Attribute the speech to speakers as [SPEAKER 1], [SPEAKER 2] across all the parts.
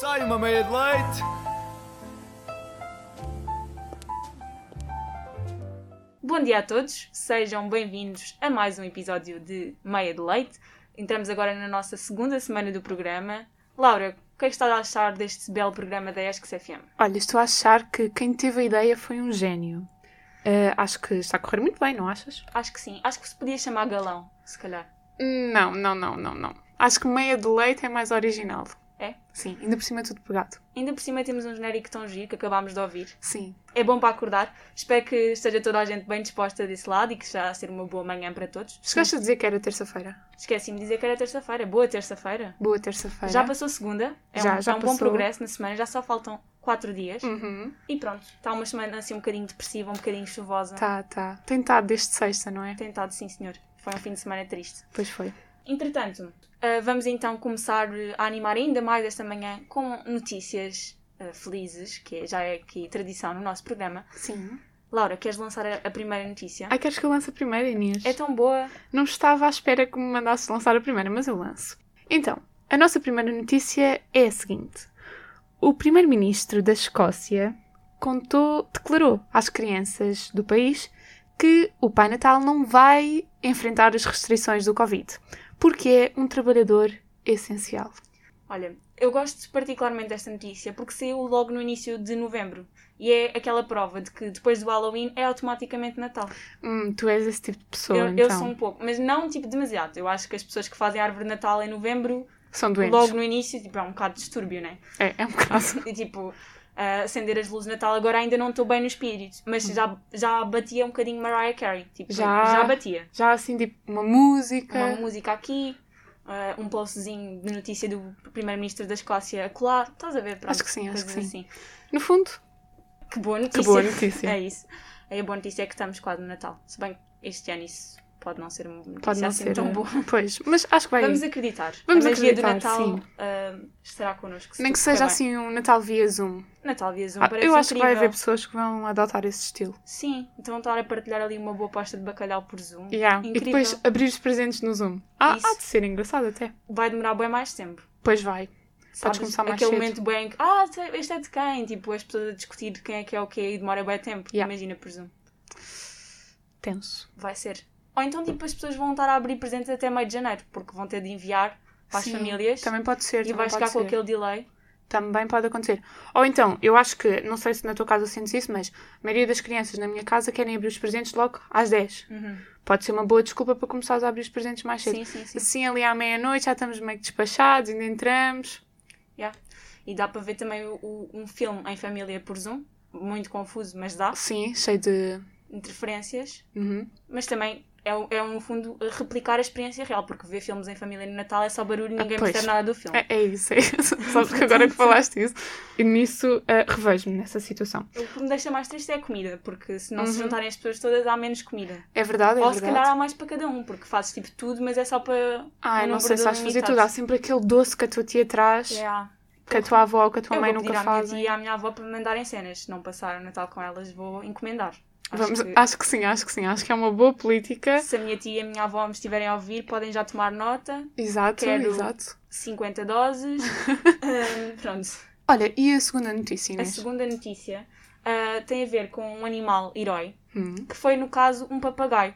[SPEAKER 1] Sorry, mama made late.
[SPEAKER 2] Bom dia a todos, sejam bem-vindos a mais um episódio de Meia de Leite. Entramos agora na nossa segunda semana do programa. Laura, o que é que estás a achar deste belo programa da ESC FM?
[SPEAKER 3] Olha, estou a achar que quem teve a ideia foi um gênio. Ah, acho que está a correr muito bem, não achas?
[SPEAKER 2] Acho que sim, acho que se podia chamar galão, se calhar.
[SPEAKER 3] Não, não, não, não, não. Acho que meia de leite é mais original.
[SPEAKER 2] É?
[SPEAKER 3] Sim, ainda por cima é tudo pegado.
[SPEAKER 2] Ainda por cima temos um genérico tão giro que acabámos de ouvir.
[SPEAKER 3] Sim.
[SPEAKER 2] É bom para acordar, espero que esteja toda a gente bem disposta desse lado e que já a ser uma boa manhã para todos.
[SPEAKER 3] Chegaste a dizer que era terça-feira.
[SPEAKER 2] Esqueci-me de dizer que era terça-feira, boa terça-feira.
[SPEAKER 3] Boa terça-feira.
[SPEAKER 2] Já passou segunda, é
[SPEAKER 3] Já,
[SPEAKER 2] um,
[SPEAKER 3] já
[SPEAKER 2] é um bom
[SPEAKER 3] passou.
[SPEAKER 2] progresso na semana, já só faltam quatro dias.
[SPEAKER 3] Uhum.
[SPEAKER 2] E pronto, está uma semana assim um bocadinho depressiva, um bocadinho chuvosa.
[SPEAKER 3] Tá, tá. Tentado desde sexta, não é?
[SPEAKER 2] Tentado, sim senhor. Foi um fim de semana triste.
[SPEAKER 3] Pois foi.
[SPEAKER 2] Entretanto, ah, vamos então começar a animar ainda mais esta manhã com notícias ah, felizes, que é- já é aqui tradição no nosso programa.
[SPEAKER 3] Sim.
[SPEAKER 2] Laura, queres lançar a, a primeira notícia?
[SPEAKER 3] Ai, queres que eu lance a primeira, Inês?
[SPEAKER 2] É tão boa.
[SPEAKER 3] Não estava à espera que me mandasse lançar a primeira, mas eu lanço. Então, a nossa primeira notícia é a seguinte: o primeiro-ministro da Escócia contou, declarou às crianças do país que o Pai Natal não vai enfrentar as restrições do Covid, porque é um trabalhador essencial.
[SPEAKER 2] Olha, eu gosto particularmente desta notícia porque saiu logo no início de novembro e é aquela prova de que depois do Halloween é automaticamente Natal.
[SPEAKER 3] Hum, tu és esse tipo de pessoa,
[SPEAKER 2] eu,
[SPEAKER 3] então.
[SPEAKER 2] eu sou um pouco, mas não tipo demasiado. Eu acho que as pessoas que fazem a árvore de Natal em novembro,
[SPEAKER 3] São doentes.
[SPEAKER 2] logo no início, tipo, é um bocado distúrbio, né?
[SPEAKER 3] É, é um caso.
[SPEAKER 2] E tipo, ah, acender as luzes de Natal agora ainda não estou bem no espírito, mas já, já batia um bocadinho Mariah Carey. Tipo,
[SPEAKER 3] Já.
[SPEAKER 2] já batia.
[SPEAKER 3] Já assim, tipo, uma música.
[SPEAKER 2] Uma música aqui, ah, um postzinho de notícia do primeiro-ministro da Escócia acolá. Estás a ver? Pronto,
[SPEAKER 3] Acho que sim,
[SPEAKER 2] coisas
[SPEAKER 3] acho que sim.
[SPEAKER 2] assim.
[SPEAKER 3] No fundo,
[SPEAKER 2] Que boa
[SPEAKER 3] que
[SPEAKER 2] notícia.
[SPEAKER 3] boa notícia.
[SPEAKER 2] É isso. A boa notícia é que estamos quase no Natal. Se bem que este ano isso pode não ser uma notícia
[SPEAKER 3] Pode não
[SPEAKER 2] assim
[SPEAKER 3] ser eh,
[SPEAKER 2] tão boa.
[SPEAKER 3] Pois, mas acho que vai.
[SPEAKER 2] Vamos acreditar.
[SPEAKER 3] Vamos
[SPEAKER 2] a magia
[SPEAKER 3] acreditar,
[SPEAKER 2] do Natal
[SPEAKER 3] sim.
[SPEAKER 2] ah, estará connosco. se
[SPEAKER 3] Nem que
[SPEAKER 2] tudo correr
[SPEAKER 3] seja
[SPEAKER 2] bem.
[SPEAKER 3] assim um Natal via Zoom.
[SPEAKER 2] Natal via Zoom,
[SPEAKER 3] Ah,
[SPEAKER 2] parece
[SPEAKER 3] eu acho que vai
[SPEAKER 2] incrível.
[SPEAKER 3] haver pessoas que vão adotar esse estilo.
[SPEAKER 2] Sim, então estar a partilhar ali uma boa pasta de bacalhau por Zoom.
[SPEAKER 3] Yeah. E
[SPEAKER 2] Incrível.
[SPEAKER 3] depois abrir os presentes no Zoom. Ah,
[SPEAKER 2] Isso.
[SPEAKER 3] há de ser engraçado até.
[SPEAKER 2] Vai demorar bem mais tempo.
[SPEAKER 3] Pois vai.
[SPEAKER 2] Sabes,
[SPEAKER 3] começar mais
[SPEAKER 2] Aquele
[SPEAKER 3] cedo.
[SPEAKER 2] momento bem em que, ah, sei- este é de quem? Tipo, as pessoas a discutir quem é que é o quê e demora bem tempo.
[SPEAKER 3] Yeah.
[SPEAKER 2] Imagina por Zoom.
[SPEAKER 3] Tenso.
[SPEAKER 2] Vai ser. Ou então, tipo, as pessoas vão estar a abrir presentes até meio de janeiro, porque vão ter de enviar para as
[SPEAKER 3] Sim,
[SPEAKER 2] famílias
[SPEAKER 3] Também pode ser.
[SPEAKER 2] e
[SPEAKER 3] também
[SPEAKER 2] vai
[SPEAKER 3] pode
[SPEAKER 2] chegar com
[SPEAKER 3] ser.
[SPEAKER 2] aquele delay.
[SPEAKER 3] Também pode acontecer. Ou então, eu acho que, não sei se na tua casa sentes isso, mas a maioria das crianças na minha casa querem abrir os presentes logo às 10. Pode ser uma boa desculpa para começares a abrir os presentes mais cedo.
[SPEAKER 2] Sim, sim, sim.
[SPEAKER 3] Assim, ali à meia-noite já estamos meio que despachados, ainda entramos.
[SPEAKER 2] Yeah. E dá para ver também o- o- um filme em família por Zoom, muito confuso, mas dá.
[SPEAKER 3] Sim, cheio de.
[SPEAKER 2] Interferências.
[SPEAKER 3] Uhum.
[SPEAKER 2] Mas também é, o- é no fundo, replicar a experiência real, porque ver filmes em família no Natal é só barulho e ninguém
[SPEAKER 3] Ah, pois.
[SPEAKER 2] percebe nada do filme.
[SPEAKER 3] É, é isso, é isso. Só porque agora que falaste isso, e nisso eh, revejo-me nessa situação.
[SPEAKER 2] O que me deixa mais triste é a comida, porque se não se
[SPEAKER 3] Uhum.
[SPEAKER 2] juntarem as pessoas todas, há menos comida.
[SPEAKER 3] É verdade, é
[SPEAKER 2] Ou se
[SPEAKER 3] verdade.
[SPEAKER 2] calhar há mais para cada um, porque fazes tipo tudo, mas é só para.
[SPEAKER 3] Ai,
[SPEAKER 2] um
[SPEAKER 3] não
[SPEAKER 2] número
[SPEAKER 3] sei se
[SPEAKER 2] de
[SPEAKER 3] vais fazer
[SPEAKER 2] unidades.
[SPEAKER 3] tudo. Há sempre aquele doce que a tua tia traz,
[SPEAKER 2] Yeah.
[SPEAKER 3] que a tua avó ou que a tua
[SPEAKER 2] Eu
[SPEAKER 3] mãe
[SPEAKER 2] vou pedir
[SPEAKER 3] nunca
[SPEAKER 2] à minha
[SPEAKER 3] fazem.
[SPEAKER 2] tia e à minha avó para me mandarem cenas. Se não passar o Natal com elas, vou encomendar. Acho
[SPEAKER 3] Vamos,
[SPEAKER 2] que-
[SPEAKER 3] acho que sim, acho que sim. Acho que é uma boa política.
[SPEAKER 2] Se a minha tia e a minha avó me estiverem a ouvir, podem já tomar nota.
[SPEAKER 3] Exato,
[SPEAKER 2] Quero-
[SPEAKER 3] exato.
[SPEAKER 2] 50 doses. Ahm, pronto.
[SPEAKER 3] Olha, e a segunda notícia,
[SPEAKER 2] A
[SPEAKER 3] Inês?
[SPEAKER 2] segunda notícia ah, tem a ver com um animal herói,
[SPEAKER 3] Hum.
[SPEAKER 2] que foi, no caso, um papagaio.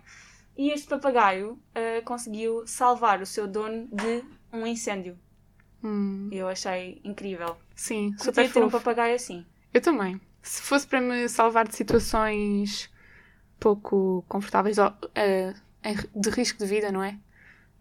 [SPEAKER 2] E este papagaio ah, conseguiu salvar o seu dono de um incêndio.
[SPEAKER 3] Hum.
[SPEAKER 2] E Eu achei incrível.
[SPEAKER 3] Sim, super
[SPEAKER 2] Podia ter um
[SPEAKER 3] fofo.
[SPEAKER 2] papagaio assim.
[SPEAKER 3] Eu também. Se fosse para me salvar de situações pouco confortáveis ou eh, em- de risco de vida, não é?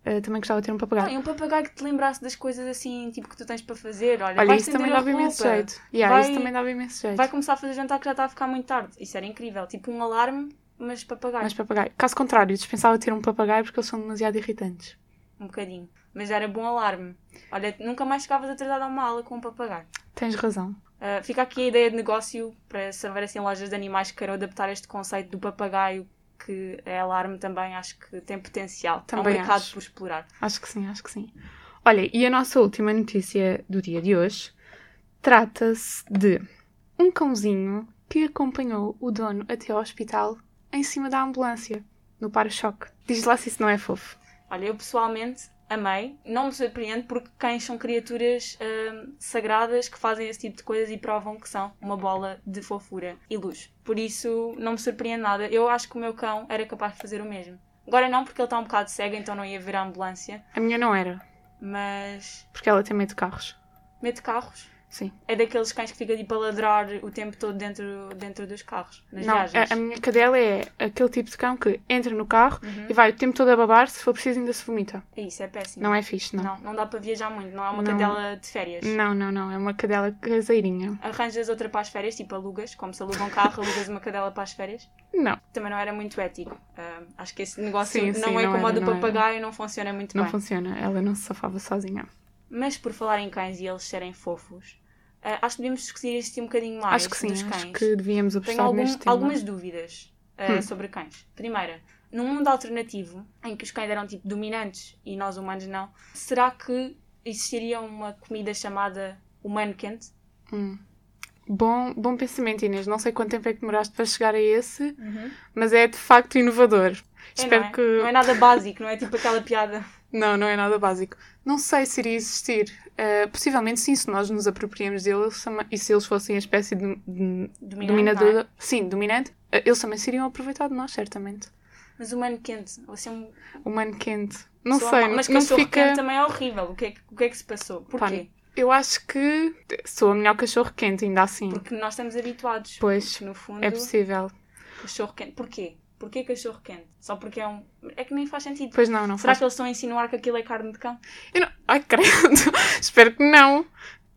[SPEAKER 3] Eh, também gostava de ter um papagaio.
[SPEAKER 2] Não, e um papagaio que te lembrasse das coisas assim, tipo, que tu tens para fazer. Olha,
[SPEAKER 3] Olha,
[SPEAKER 2] vai
[SPEAKER 3] isso também
[SPEAKER 2] estender a
[SPEAKER 3] dava imenso
[SPEAKER 2] roupa.
[SPEAKER 3] jeito. Yeah,
[SPEAKER 2] Vai-
[SPEAKER 3] Isso também dava imenso jeito.
[SPEAKER 2] Vai começar a fazer jantar que já está a ficar muito tarde. Isso era incrível. Tipo um alarme, mas papagaio.
[SPEAKER 3] Mas papagaio. Caso contrário, dispensava ter um papagaio porque eles são demasiado irritantes.
[SPEAKER 2] Um bocadinho. Mas era bom alarme. Olha, nunca mais chegavas atrasado a uma aula com um papagaio.
[SPEAKER 3] Tens razão.
[SPEAKER 2] Ah, fica aqui a ideia de negócio para se houver assim lojas de animais que queiram adaptar este conceito do papagaio que é alarme também. Acho que tem potencial.
[SPEAKER 3] Também
[SPEAKER 2] Há um mercado
[SPEAKER 3] acho.
[SPEAKER 2] por explorar.
[SPEAKER 3] Acho que sim, acho que sim. Olha, e a nossa última notícia do dia de hoje trata-se de um cãozinho que acompanhou o dono até ao hospital em cima da ambulância, no para-choque. Diz lá se isso não é fofo.
[SPEAKER 2] Olha, eu pessoalmente amei. Não me surpreende porque cães são criaturas hum, sagradas que fazem esse tipo de coisas e provam que são uma bola de fofura e luz. Por isso, não me surpreende nada. Eu acho que o meu cão era capaz de fazer o mesmo. Agora não, porque ele está um bocado cego, então não ia ver a ambulância.
[SPEAKER 3] A minha não era,
[SPEAKER 2] Mas.
[SPEAKER 3] porque ela tem medo de carros.
[SPEAKER 2] Medo de carros.
[SPEAKER 3] Sim.
[SPEAKER 2] É daqueles cães que fica tipo a ladrar o tempo todo dentro, dentro dos carros, nas
[SPEAKER 3] não,
[SPEAKER 2] viagens.
[SPEAKER 3] a, a minha cadela é aquele tipo de cão que entra no carro
[SPEAKER 2] Uhum.
[SPEAKER 3] e vai o tempo todo a babar, se for preciso ainda se vomita.
[SPEAKER 2] Isso é péssimo.
[SPEAKER 3] Não é fixe, não.
[SPEAKER 2] Não, não dá para viajar muito, não há uma
[SPEAKER 3] Não.
[SPEAKER 2] cadela de férias.
[SPEAKER 3] Não, não, não. É uma cadela caseirinha.
[SPEAKER 2] Arranjas outra para as férias, tipo alugas, como se aluga um carro, alugas uma cadela para as férias.
[SPEAKER 3] Não,
[SPEAKER 2] Também não era muito ético. Ah, acho que esse negócio
[SPEAKER 3] Sim,
[SPEAKER 2] não
[SPEAKER 3] sim,
[SPEAKER 2] é
[SPEAKER 3] não
[SPEAKER 2] como o
[SPEAKER 3] era,
[SPEAKER 2] do
[SPEAKER 3] não era.
[SPEAKER 2] papagaio, não funciona muito
[SPEAKER 3] não
[SPEAKER 2] bem.
[SPEAKER 3] funciona. Ela não se safava sozinha.
[SPEAKER 2] Mas por falar em cães e eles serem fofos, ah, acho que devíamos discutir isto um bocadinho mais
[SPEAKER 3] acho que sim,
[SPEAKER 2] dos
[SPEAKER 3] acho
[SPEAKER 2] cães.
[SPEAKER 3] que devíamos
[SPEAKER 2] Tenho
[SPEAKER 3] apostar
[SPEAKER 2] algum-
[SPEAKER 3] neste tema. Hum.
[SPEAKER 2] algumas dúvidas eh, sobre cães. Primeira, num mundo alternativo, em que os cães eram tipo dominantes e nós humanos não, será que existiria uma comida chamada humano quente?
[SPEAKER 3] Hum. Bom, bom pensamento, Inês. Não sei quanto tempo é que demoraste para chegar a esse, mas é de facto inovador.
[SPEAKER 2] É,
[SPEAKER 3] Espero
[SPEAKER 2] não é?
[SPEAKER 3] que.
[SPEAKER 2] Não é nada básico, não é tipo aquela piada.
[SPEAKER 3] Não, não é nada básico. Não sei se iria existir. Ah, possivelmente sim, se nós nos apropriamos deles sama- e se eles fossem a espécie de, de
[SPEAKER 2] Dominante, não é?
[SPEAKER 3] dominadora. Sim, dominante, ah, eles também se iriam aproveitar de nós, certamente.
[SPEAKER 2] Mas humano quente, você é um-
[SPEAKER 3] Humano quente. Não
[SPEAKER 2] soa
[SPEAKER 3] sei,
[SPEAKER 2] mal. mas
[SPEAKER 3] não
[SPEAKER 2] cachorro
[SPEAKER 3] fica.
[SPEAKER 2] quente também é horrível. O que é que, o que, é que se passou?
[SPEAKER 3] Pá,
[SPEAKER 2] Porquê?
[SPEAKER 3] Eu acho que sou a melhor cachorro quente, ainda assim.
[SPEAKER 2] Porque nós estamos habituados.
[SPEAKER 3] Pois,
[SPEAKER 2] No fundo,
[SPEAKER 3] é possível.
[SPEAKER 2] cachorro quente. Porquê? Porquê cachorro quente? Só porque é um. É que nem faz sentido.
[SPEAKER 3] Pois não, não
[SPEAKER 2] Será
[SPEAKER 3] faz.
[SPEAKER 2] que eles estão a insinuar que aquilo é carne de cão?
[SPEAKER 3] Eu não- Ai, credo! Espero que não.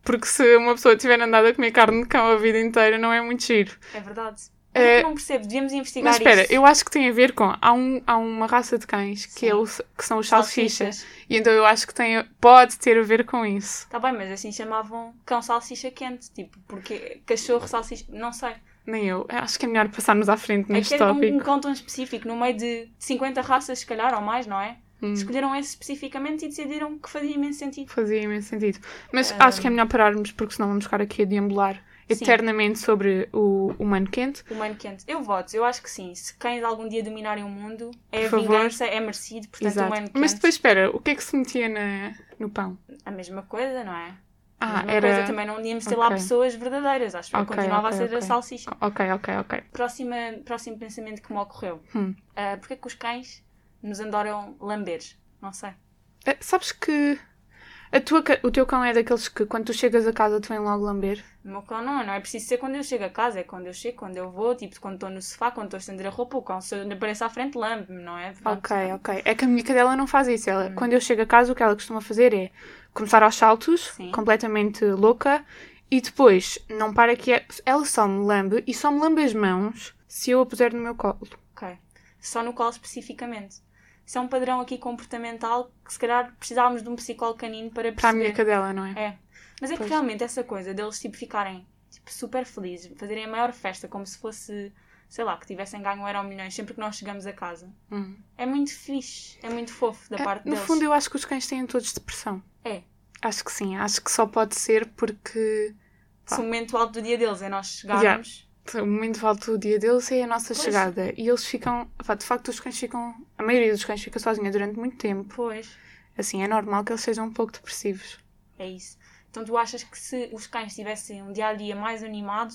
[SPEAKER 3] Porque se uma pessoa tiver andado a comer carne de cão a vida inteira, não é muito giro.
[SPEAKER 2] É verdade.
[SPEAKER 3] É-
[SPEAKER 2] Mas é que não percebo, devíamos investigar
[SPEAKER 3] Mas espera,
[SPEAKER 2] isto.
[SPEAKER 3] eu acho que tem a ver com. Há, um, há uma raça de cães que,
[SPEAKER 2] Sim.
[SPEAKER 3] é o- que são os salsichas. E então eu acho que tem, pode ter a ver com isso.
[SPEAKER 2] Está bem, mas assim chamavam cão salsicha quente, tipo, porque cachorro salsicha, não sei.
[SPEAKER 3] Nem eu. Eu Acho que é melhor passarmos à frente
[SPEAKER 2] É que
[SPEAKER 3] neste
[SPEAKER 2] era um, um
[SPEAKER 3] tópico.
[SPEAKER 2] cão tão específico, no meio de 50 raças, se calhar, ou mais, não é?
[SPEAKER 3] Hum.
[SPEAKER 2] Escolheram esse especificamente e decidiram que fazia imenso sentido.
[SPEAKER 3] Fazia imenso sentido. Mas acho que é melhor pararmos porque senão vamos ficar aqui a deambular
[SPEAKER 2] Sim.
[SPEAKER 3] eternamente sobre o humano quente.
[SPEAKER 2] Humano quente. Eu voto, eu acho que sim. Se cães algum dia dominarem o mundo, é
[SPEAKER 3] Por favor.
[SPEAKER 2] vingança, é merecido, portanto,
[SPEAKER 3] Exato.
[SPEAKER 2] humano quente.
[SPEAKER 3] Mas depois, espera, o que é que se metia na, no pão?
[SPEAKER 2] A mesma coisa, não é? a
[SPEAKER 3] Ah,
[SPEAKER 2] mesma coisa,
[SPEAKER 3] era.
[SPEAKER 2] também não íamos ter lá
[SPEAKER 3] Ok.
[SPEAKER 2] pessoas verdadeiras, acho que
[SPEAKER 3] Ok,
[SPEAKER 2] continuava
[SPEAKER 3] ok,
[SPEAKER 2] a ser a
[SPEAKER 3] ok.
[SPEAKER 2] salsicha.
[SPEAKER 3] Ok, ok, ok.
[SPEAKER 2] próxima, próximo pensamento que me ocorreu.
[SPEAKER 3] Hum.
[SPEAKER 2] Ah, Porquê que os cães nos adoram lamber? Não sei.
[SPEAKER 3] Ah, sabes que a tua, ca- o teu cão é daqueles que quando tu chegas a casa te vem logo lamber?
[SPEAKER 2] O meu cão não, não é preciso ser quando eu chego a casa, é quando eu chego, quando eu vou, tipo, quando estou no sofá, quando estou a estender a roupa, o cão se eu apareço à frente lambe-me, não é? Pronto. Hum.
[SPEAKER 3] Ok, ok. É que a minha cadela não faz isso. Ela, Quando eu chego a casa, o que ela costuma fazer é começar aos saltos,
[SPEAKER 2] Sim.
[SPEAKER 3] completamente louca, e depois não para que é- ela só me lambe e só me lambe as mãos se eu a puser no meu colo.
[SPEAKER 2] Ok. Só no colo especificamente. Isso é um padrão aqui comportamental que se calhar precisávamos de um psicólogo canino para
[SPEAKER 3] Para a
[SPEAKER 2] perceber.
[SPEAKER 3] minha cadela, não é?
[SPEAKER 2] É. Mas é que
[SPEAKER 3] Pois.
[SPEAKER 2] realmente essa coisa deles tipo ficarem tipo, super felizes, fazerem a maior festa como se fosse, sei lá, que tivessem ganho um euro milhões sempre que nós chegamos a casa.
[SPEAKER 3] Hum.
[SPEAKER 2] É muito fixe, é muito fofo da
[SPEAKER 3] É,
[SPEAKER 2] parte
[SPEAKER 3] no
[SPEAKER 2] deles.
[SPEAKER 3] fundo, eu acho que os cães têm todos depressão.
[SPEAKER 2] É.
[SPEAKER 3] Acho que sim. Acho que só pode ser porque
[SPEAKER 2] Se o momento alto do dia deles é nós chegarmos.
[SPEAKER 3] Yeah. o momento alto do dia deles é a nossa
[SPEAKER 2] Pois.
[SPEAKER 3] chegada. E eles ficam. pá, de facto, os cães ficam. A maioria dos cães fica sozinha durante muito tempo.
[SPEAKER 2] Pois,
[SPEAKER 3] Assim, é normal que eles sejam um pouco depressivos.
[SPEAKER 2] é isso. Então tu achas que se os cães tivessem um dia a dia mais animado,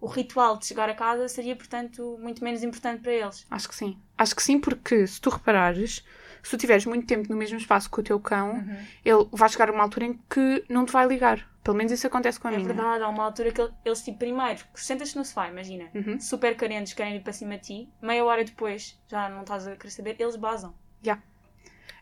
[SPEAKER 2] o ritual de chegar a casa seria, portanto, muito menos importante para eles.
[SPEAKER 3] Acho que sim. Acho que sim, porque se tu reparares, se tu tiveres muito tempo no mesmo espaço que o teu cão,
[SPEAKER 2] Uhum.
[SPEAKER 3] ele vai chegar a uma altura em que não te vai ligar. Pelo menos isso acontece com a
[SPEAKER 2] É
[SPEAKER 3] minha.
[SPEAKER 2] verdade, há uma altura que ele- eles, tipo, primeiro, sentas-te no sofá, imagina,
[SPEAKER 3] Uhum.
[SPEAKER 2] super carentes, querem ir para cima de ti, meia hora depois, já não estás a querer saber, eles basam.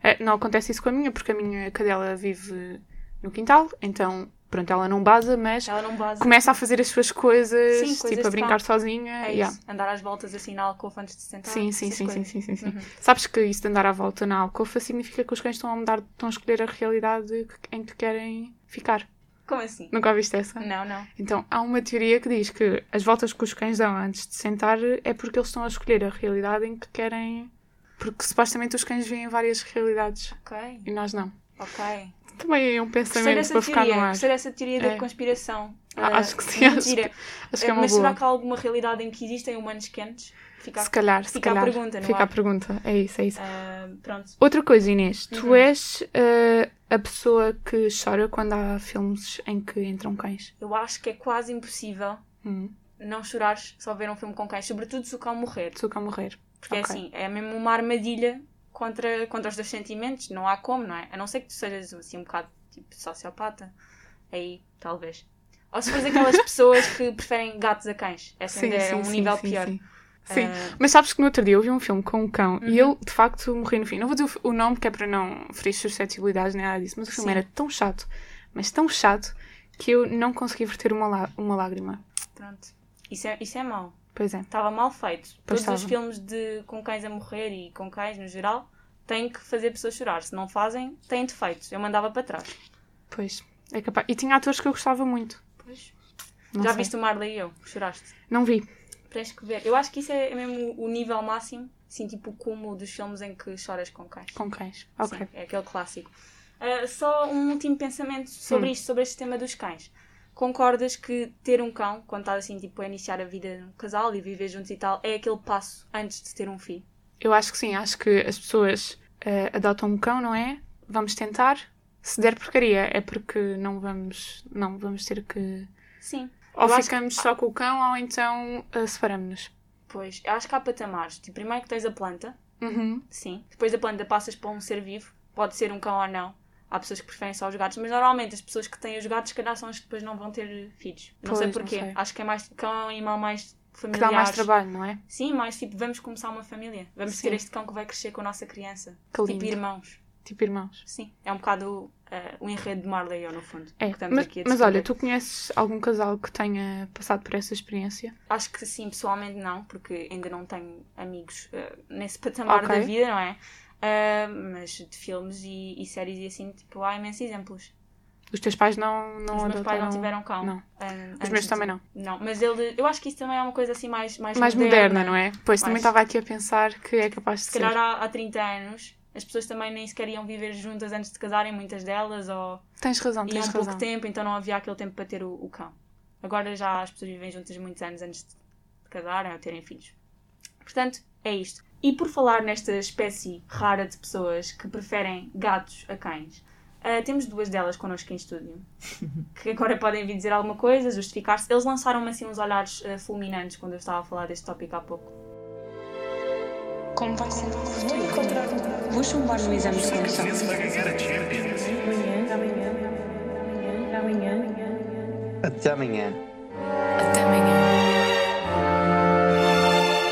[SPEAKER 3] É, Não acontece isso com a minha, porque a minha cadela vive no quintal, então, pronto, ela não baza, mas
[SPEAKER 2] Ela não basa.
[SPEAKER 3] começa a fazer as suas coisas,
[SPEAKER 2] Sim, coisas
[SPEAKER 3] tipo
[SPEAKER 2] de
[SPEAKER 3] a brincar sozinha.
[SPEAKER 2] É
[SPEAKER 3] yeah.
[SPEAKER 2] isso. Andar às voltas assim na alcova antes de sentar.
[SPEAKER 3] Sim, sim,
[SPEAKER 2] essas
[SPEAKER 3] sim, sim,
[SPEAKER 2] coisas.
[SPEAKER 3] sim, sim, sim.
[SPEAKER 2] Uhum.
[SPEAKER 3] Sabes que isso de andar à volta na alcofa significa que os cães estão a mudar, estão a escolher a realidade que- em que querem ficar.
[SPEAKER 2] Como assim?
[SPEAKER 3] Nunca ouviste essa?
[SPEAKER 2] Não, não.
[SPEAKER 3] Então, há uma teoria que diz que as voltas que os cães dão antes de sentar é porque eles estão a escolher a realidade em que querem. Porque supostamente os cães veem várias realidades
[SPEAKER 2] Ok,
[SPEAKER 3] e nós não.
[SPEAKER 2] ok.
[SPEAKER 3] Também é um
[SPEAKER 2] Gostei
[SPEAKER 3] pensamento
[SPEAKER 2] dessa
[SPEAKER 3] para ficar
[SPEAKER 2] teoria,
[SPEAKER 3] no ar.
[SPEAKER 2] gostei dessa teoria da
[SPEAKER 3] É.
[SPEAKER 2] conspiração.
[SPEAKER 3] Ah,
[SPEAKER 2] Ah,
[SPEAKER 3] acho que sim, acho
[SPEAKER 2] Mentira.
[SPEAKER 3] Acho que é uma
[SPEAKER 2] Mas será
[SPEAKER 3] boa.
[SPEAKER 2] que há alguma realidade em que existem humanos quentes? Fica,
[SPEAKER 3] se calhar, se
[SPEAKER 2] fica a
[SPEAKER 3] calhar.
[SPEAKER 2] pergunta, não
[SPEAKER 3] Fica
[SPEAKER 2] há?
[SPEAKER 3] a pergunta, é isso, é isso.
[SPEAKER 2] Ah, pronto.
[SPEAKER 3] Outra coisa, Inês, tu
[SPEAKER 2] Uhum.
[SPEAKER 3] és eh, a pessoa que chora quando há filmes em que entram cães.
[SPEAKER 2] Eu acho que é quase impossível
[SPEAKER 3] Uhum.
[SPEAKER 2] não chorares se houver um filme com cães, sobretudo se o cão morrer.
[SPEAKER 3] Tu cá morrer.
[SPEAKER 2] Porque é
[SPEAKER 3] Ok.
[SPEAKER 2] assim, é mesmo uma armadilha contra, contra os teus sentimentos, não há como, não é? A não ser que tu sejas assim um bocado tipo sociopata, aí talvez. Ou se fores aquelas pessoas que preferem gatos a cães, essa ainda é um nível pior.
[SPEAKER 3] Sim. Sim.
[SPEAKER 2] Ah,
[SPEAKER 3] Mas sabes que no outro dia eu vi um filme com um cão e
[SPEAKER 2] Uhum.
[SPEAKER 3] ele, de facto, morreu no fim. Não vou dizer o fi- o nome, que é para não ferir suscetibilidades nem nada disso, mas o filme
[SPEAKER 2] Sim.
[SPEAKER 3] era tão chato, mas tão chato, que eu não consegui verter uma, lá- uma lágrima.
[SPEAKER 2] pronto. Isso é, isso é mau.
[SPEAKER 3] Pois é.
[SPEAKER 2] Estava mal feito.
[SPEAKER 3] Pois
[SPEAKER 2] Todos os
[SPEAKER 3] estava.
[SPEAKER 2] filmes de com cães a morrer e com cães no geral têm que fazer pessoas chorar. Se não fazem, têm defeitos. Eu mandava para trás.
[SPEAKER 3] Pois. É capaz. E tinha atores que eu gostava muito.
[SPEAKER 2] Pois.
[SPEAKER 3] Não
[SPEAKER 2] Já
[SPEAKER 3] sei.
[SPEAKER 2] viste o Marley e eu? Choraste?
[SPEAKER 3] Não vi.
[SPEAKER 2] Tens que ver. Eu acho que isso é mesmo o nível máximo, assim, tipo o cúmulo dos filmes em que choras com cães.
[SPEAKER 3] Com cães. Ok.
[SPEAKER 2] Sim, é aquele clássico. Ah, só um último pensamento sobre
[SPEAKER 3] Hum.
[SPEAKER 2] isto, sobre este tema dos cães. Concordas que ter um cão, quando estás assim, tipo, a iniciar a vida de um casal e viver juntos e tal, é aquele passo antes de ter um filho?
[SPEAKER 3] Eu acho que sim, acho que as pessoas eh, adotam um cão, não é? Vamos tentar. Se der porcaria, é porque não vamos, não vamos ter que.
[SPEAKER 2] Sim.
[SPEAKER 3] Ou
[SPEAKER 2] Eu acho
[SPEAKER 3] ficamos só com o cão, ou então eh, separamos-nos.
[SPEAKER 2] Pois, eu acho que há patamares. Tipo, primeiro que tens a planta,
[SPEAKER 3] Uhum.
[SPEAKER 2] Sim. Depois da planta passas para um ser vivo, pode ser um cão ou não. Há pessoas que preferem só os gatos, mas normalmente as pessoas que têm os gatos, se calhar, são as que depois não vão ter filhos. Não sei
[SPEAKER 3] Pois, não
[SPEAKER 2] porquê.
[SPEAKER 3] sei.
[SPEAKER 2] Acho que é mais cão é um animal mais
[SPEAKER 3] Que
[SPEAKER 2] familiar.
[SPEAKER 3] dá mais trabalho, não é?
[SPEAKER 2] Sim, mais tipo, vamos começar uma família. Vamos
[SPEAKER 3] Sim.
[SPEAKER 2] ter este cão que vai crescer com a nossa criança.
[SPEAKER 3] Que
[SPEAKER 2] Tipo
[SPEAKER 3] lindo.
[SPEAKER 2] irmãos.
[SPEAKER 3] Tipo irmãos.
[SPEAKER 2] Sim. É um bocado eh, o enredo de Marley, eu, no fundo.
[SPEAKER 3] É,
[SPEAKER 2] que estamos
[SPEAKER 3] mas,
[SPEAKER 2] aqui a
[SPEAKER 3] mas olha,
[SPEAKER 2] descrever.
[SPEAKER 3] tu conheces algum casal que tenha passado por essa experiência?
[SPEAKER 2] Acho que sim, pessoalmente não, porque ainda não tenho amigos eh, nesse patamar
[SPEAKER 3] Ok.
[SPEAKER 2] da vida, não é? Eh, mas de filmes e, e séries e assim, tipo, há imensos exemplos.
[SPEAKER 3] Os teus pais não, não
[SPEAKER 2] Os meus pais não
[SPEAKER 3] adotaram-
[SPEAKER 2] tiveram cão.
[SPEAKER 3] Não.
[SPEAKER 2] eh,
[SPEAKER 3] Os
[SPEAKER 2] antes
[SPEAKER 3] meus
[SPEAKER 2] de-
[SPEAKER 3] também não.
[SPEAKER 2] Não, mas ele, eu acho que isso também é uma coisa assim mais, mais,
[SPEAKER 3] Mais moderna, não é? Pois, também
[SPEAKER 2] Mais-
[SPEAKER 3] estava aqui a pensar que é capaz de
[SPEAKER 2] Se
[SPEAKER 3] ser.
[SPEAKER 2] calhar há, há 30 anos as pessoas também nem sequer iam viver juntas antes de casarem, muitas delas, ou
[SPEAKER 3] Tens razão,
[SPEAKER 2] iam
[SPEAKER 3] tens
[SPEAKER 2] um
[SPEAKER 3] razão.
[SPEAKER 2] pouco tempo, então não havia aquele tempo para ter o, o cão. Agora já as pessoas vivem juntas muitos anos antes de casarem ou terem filhos. Portanto, é isto. E por falar nesta espécie rara de pessoas que preferem gatos a cães, ah, temos duas delas connosco em estúdio, que agora podem vir dizer alguma coisa, justificar-se. Eles lançaram-me assim uns olhares ah, fulminantes quando eu estava a falar deste tópico há pouco.
[SPEAKER 1] Como vai ser o futuro? Vou chumbar no exame de seleção.
[SPEAKER 4] Até amanhã.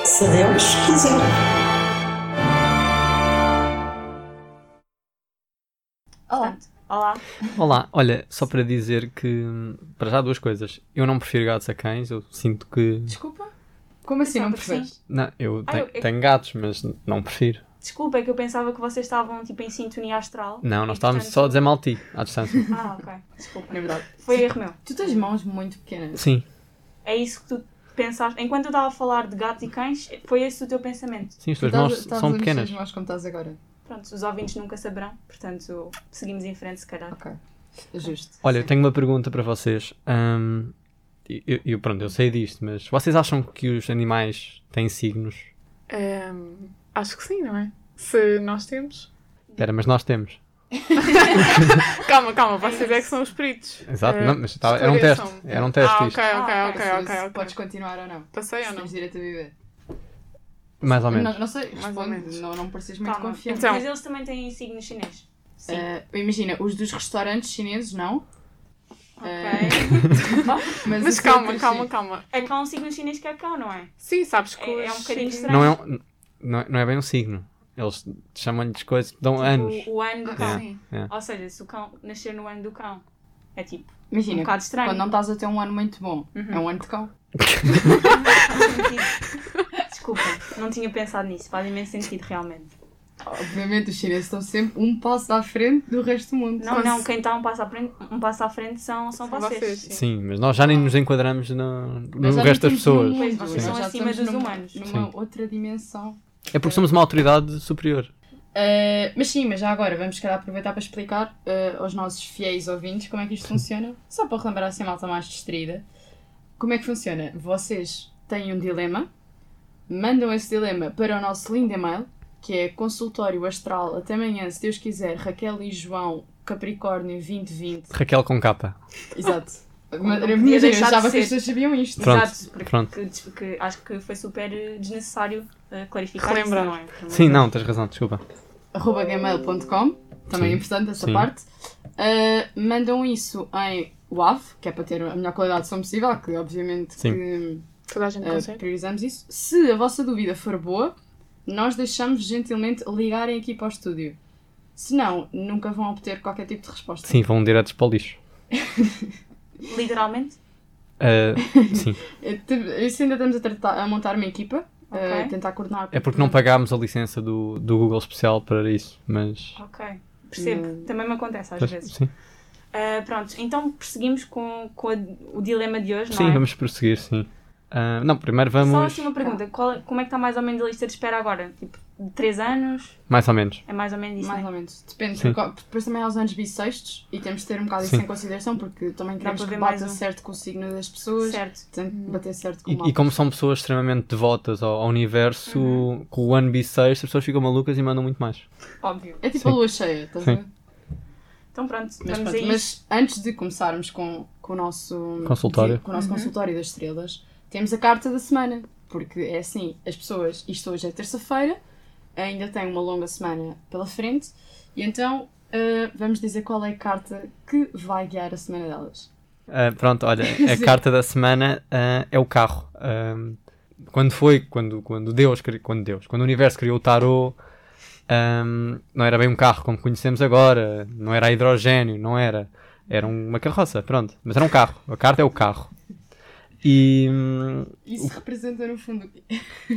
[SPEAKER 5] Se Deus quiser.
[SPEAKER 3] Oh.
[SPEAKER 6] Olá.
[SPEAKER 2] Portanto, olá.
[SPEAKER 7] Olá, olha, só para dizer que hum, para já duas coisas. Eu não prefiro gatos a cães, eu sinto que.
[SPEAKER 6] Desculpa? Como assim
[SPEAKER 2] Só
[SPEAKER 6] não
[SPEAKER 2] por fim.
[SPEAKER 6] percebes?
[SPEAKER 7] Não, eu,
[SPEAKER 2] Ah,
[SPEAKER 7] tenho,
[SPEAKER 2] eu- eu-
[SPEAKER 7] tenho gatos, mas n- não prefiro.
[SPEAKER 2] Desculpa, é que eu pensava que vocês estavam tipo em sintonia astral.
[SPEAKER 7] Não, nós
[SPEAKER 2] E,
[SPEAKER 7] estávamos
[SPEAKER 2] portanto-
[SPEAKER 7] só a dizer mal de ti, à distância.
[SPEAKER 2] Ah, ok. Desculpa.
[SPEAKER 6] Na verdade.
[SPEAKER 2] Foi erro meu.
[SPEAKER 6] Tu tens mãos muito pequenas.
[SPEAKER 7] Sim,
[SPEAKER 2] É isso que tu pensaste. Enquanto eu estava a falar de gatos e cães, foi esse o teu pensamento.
[SPEAKER 7] sim, as tuas
[SPEAKER 6] Estás-
[SPEAKER 7] mãos
[SPEAKER 6] estás a
[SPEAKER 7] são
[SPEAKER 6] mexer
[SPEAKER 7] pequenas.
[SPEAKER 6] as mãos como estás agora.
[SPEAKER 2] Pronto, os ouvintes nunca saberão, portanto, seguimos em frente, se calhar.
[SPEAKER 6] Ok. Justo.
[SPEAKER 7] Olha, eu tenho uma pergunta para vocês. Hum, eu, eu- pronto, eu sei disto, mas vocês acham que os animais têm signos?
[SPEAKER 3] Ahm, acho que sim, não é? Se nós temos.
[SPEAKER 7] Espera, mas nós temos.
[SPEAKER 3] Calma, calma, vocês é que são os peritos.
[SPEAKER 7] Exato,
[SPEAKER 3] Eh,
[SPEAKER 7] não, mas estava- era um teste.
[SPEAKER 3] esclareçam-me.
[SPEAKER 7] Era um teste
[SPEAKER 3] Ah,
[SPEAKER 7] isto.
[SPEAKER 3] ok, ok,
[SPEAKER 2] Ah,
[SPEAKER 3] ok,
[SPEAKER 6] Se-
[SPEAKER 3] ok.
[SPEAKER 6] se
[SPEAKER 3] ok.
[SPEAKER 6] Podes continuar ou não.
[SPEAKER 3] Passei ou
[SPEAKER 6] Se
[SPEAKER 3] não?
[SPEAKER 6] Tens direito a viver.
[SPEAKER 7] Mais ou menos.
[SPEAKER 6] Não, não sei,
[SPEAKER 3] Mais ou menos.
[SPEAKER 6] responde. Não, não me pareces muito
[SPEAKER 2] Calma.
[SPEAKER 6] confiante.
[SPEAKER 3] Então.
[SPEAKER 2] Mas eles também têm signos chinês. Sim.
[SPEAKER 6] Eh, imagina, os dos restaurantes chineses não. Ah.
[SPEAKER 2] Ok.
[SPEAKER 6] Mas,
[SPEAKER 3] Mas
[SPEAKER 6] os
[SPEAKER 3] calma,
[SPEAKER 6] outros,
[SPEAKER 3] calma,
[SPEAKER 6] sim.
[SPEAKER 3] calma.
[SPEAKER 2] É que há um signo chinês que é cão, não é?
[SPEAKER 3] Sim, sabes que
[SPEAKER 2] É- é
[SPEAKER 3] os-
[SPEAKER 2] um bocadinho estranho.
[SPEAKER 7] Não é, um- não, é- não é bem um signo. Eles chamam-lhes coisas, dão anos.
[SPEAKER 2] Tipo, O, o ano do cão.
[SPEAKER 7] Yeah.
[SPEAKER 3] Sim.
[SPEAKER 6] É.
[SPEAKER 2] Ou seja, se o cão nascer no ano do cão, é tipo um
[SPEAKER 6] Imagina,
[SPEAKER 2] bocado estranho.
[SPEAKER 6] quando não estás a ter um ano muito bom, é um ano de cão.
[SPEAKER 2] Desculpa, não tinha pensado nisso. Faz imenso sentido, realmente.
[SPEAKER 6] Obviamente, os chineses estão sempre um passo à frente do resto do mundo.
[SPEAKER 2] Não, não, quem está um passo à frente, um passo à frente são, são
[SPEAKER 3] São
[SPEAKER 2] vocês.
[SPEAKER 3] vocês, sim.
[SPEAKER 7] Sim, mas nós já nem nos enquadramos no,
[SPEAKER 6] Nós
[SPEAKER 7] no
[SPEAKER 6] já
[SPEAKER 7] resto das
[SPEAKER 6] vivemos num
[SPEAKER 7] pessoas.
[SPEAKER 6] mundo,
[SPEAKER 2] Pois, vocês
[SPEAKER 6] nós
[SPEAKER 2] são
[SPEAKER 6] já
[SPEAKER 2] acima
[SPEAKER 6] estamos
[SPEAKER 2] dos
[SPEAKER 6] num-
[SPEAKER 2] humanos.
[SPEAKER 7] Sim.
[SPEAKER 6] Numa outra dimensão.
[SPEAKER 7] É porque somos uma autoridade superior.
[SPEAKER 6] Uh, mas sim, mas já agora vamos se calhar aproveitar para explicar uh, aos nossos fiéis ouvintes como é que isto funciona. Só para relembrar assim a malta mais distraída. Como é que funciona? Vocês têm um dilema, mandam esse dilema para o nosso lindo e-mail, que é consultório astral até amanhã, se Deus quiser, Raquel e João, Capricórnio 2020.
[SPEAKER 7] Raquel com capa.
[SPEAKER 6] Exato.
[SPEAKER 2] não podia
[SPEAKER 6] Mas eu
[SPEAKER 2] deixar de
[SPEAKER 6] achava que
[SPEAKER 2] ser.
[SPEAKER 6] as pessoas sabiam isto.
[SPEAKER 7] Pronto,
[SPEAKER 2] Exato, porque
[SPEAKER 7] pronto.
[SPEAKER 2] que- que acho que foi super eh, desnecessário eh, clarificar
[SPEAKER 3] Relembrar.
[SPEAKER 2] isso, não é? Pelo amor
[SPEAKER 7] Sim,
[SPEAKER 2] de
[SPEAKER 7] não, tens razão, desculpa.
[SPEAKER 6] arroba gmail.com, também
[SPEAKER 7] Sim.
[SPEAKER 6] importante essa
[SPEAKER 7] Sim.
[SPEAKER 6] parte. Uh, mandam isso em WAV, que é para ter a melhor qualidade de som possível, que obviamente
[SPEAKER 7] Sim.
[SPEAKER 6] que,
[SPEAKER 3] Toda a gente
[SPEAKER 6] uh,
[SPEAKER 3] consegue.
[SPEAKER 6] priorizamos isso. Se a vossa dúvida for boa, nós deixamos gentilmente ligarem aqui para o estúdio. Se não, nunca vão obter qualquer tipo de resposta.
[SPEAKER 7] Sim, vão diretos para o lixo.
[SPEAKER 2] Deus. Literalmente.
[SPEAKER 7] Ah, sim,
[SPEAKER 6] Uh, te- Isso ainda estamos a, tratar- a montar uma equipa, uh,
[SPEAKER 2] Ok.
[SPEAKER 6] tentar coordenar.
[SPEAKER 7] é porque não pagámos a licença do, do Google especial para isso, mas.
[SPEAKER 2] Ok. Percebo.
[SPEAKER 6] Hum.
[SPEAKER 2] Também me acontece às
[SPEAKER 7] mas-
[SPEAKER 2] vezes.
[SPEAKER 7] sim,
[SPEAKER 2] Ah, pronto, então prosseguimos com, com a- o dilema de hoje, não
[SPEAKER 7] sim
[SPEAKER 2] é?
[SPEAKER 7] vamos prosseguir, sim. Ah, não, primeiro vamos.
[SPEAKER 2] Só assim uma pergunta, qual- como é que está mais ou menos a lista de espera agora? Tipo, de 3 anos?
[SPEAKER 7] Mais ou menos.
[SPEAKER 2] É mais ou menos isso,
[SPEAKER 6] Mais
[SPEAKER 2] né?
[SPEAKER 6] ou menos. Depende.
[SPEAKER 7] Sim.
[SPEAKER 6] porque Depois também há os anos bissextos e temos de ter um bocado isso
[SPEAKER 7] Sim.
[SPEAKER 6] em consideração porque também queremos
[SPEAKER 2] para
[SPEAKER 6] que
[SPEAKER 2] ver mais
[SPEAKER 6] bata
[SPEAKER 2] um.
[SPEAKER 6] certo com o signo das pessoas.
[SPEAKER 2] Certo.
[SPEAKER 6] Tem que bater certo com o
[SPEAKER 7] E, e
[SPEAKER 6] mapa.
[SPEAKER 7] como são pessoas extremamente devotas ao, ao universo,
[SPEAKER 2] Uhum.
[SPEAKER 7] com o ano bissexto, as pessoas ficam malucas e mandam muito mais.
[SPEAKER 2] Óbvio.
[SPEAKER 6] É tipo
[SPEAKER 7] Sim.
[SPEAKER 6] a lua cheia, estás a ver?
[SPEAKER 2] Então pronto,
[SPEAKER 6] Mas,
[SPEAKER 2] vamos
[SPEAKER 6] pronto,
[SPEAKER 2] a isso.
[SPEAKER 6] mas antes de começarmos com, com o nosso
[SPEAKER 7] Consultório.
[SPEAKER 6] com o nosso
[SPEAKER 2] Uhum.
[SPEAKER 6] consultório das estrelas, temos a carta da semana. Porque é assim, as pessoas, isto hoje é terça-feira, ainda tem uma longa semana pela frente, e então ah, vamos dizer qual é a carta que vai guiar a semana delas.
[SPEAKER 7] Ah, pronto, olha, a carta da semana ah, é o carro. Ah, quando foi, quando, quando Deus, cri- quando Deus, quando o universo criou o tarô, ah, não era bem um carro como conhecemos agora, não era hidrogênio, não era, era uma carroça, pronto, mas era um carro. A carta é o carro. E hum,
[SPEAKER 6] Isso representa no fundo.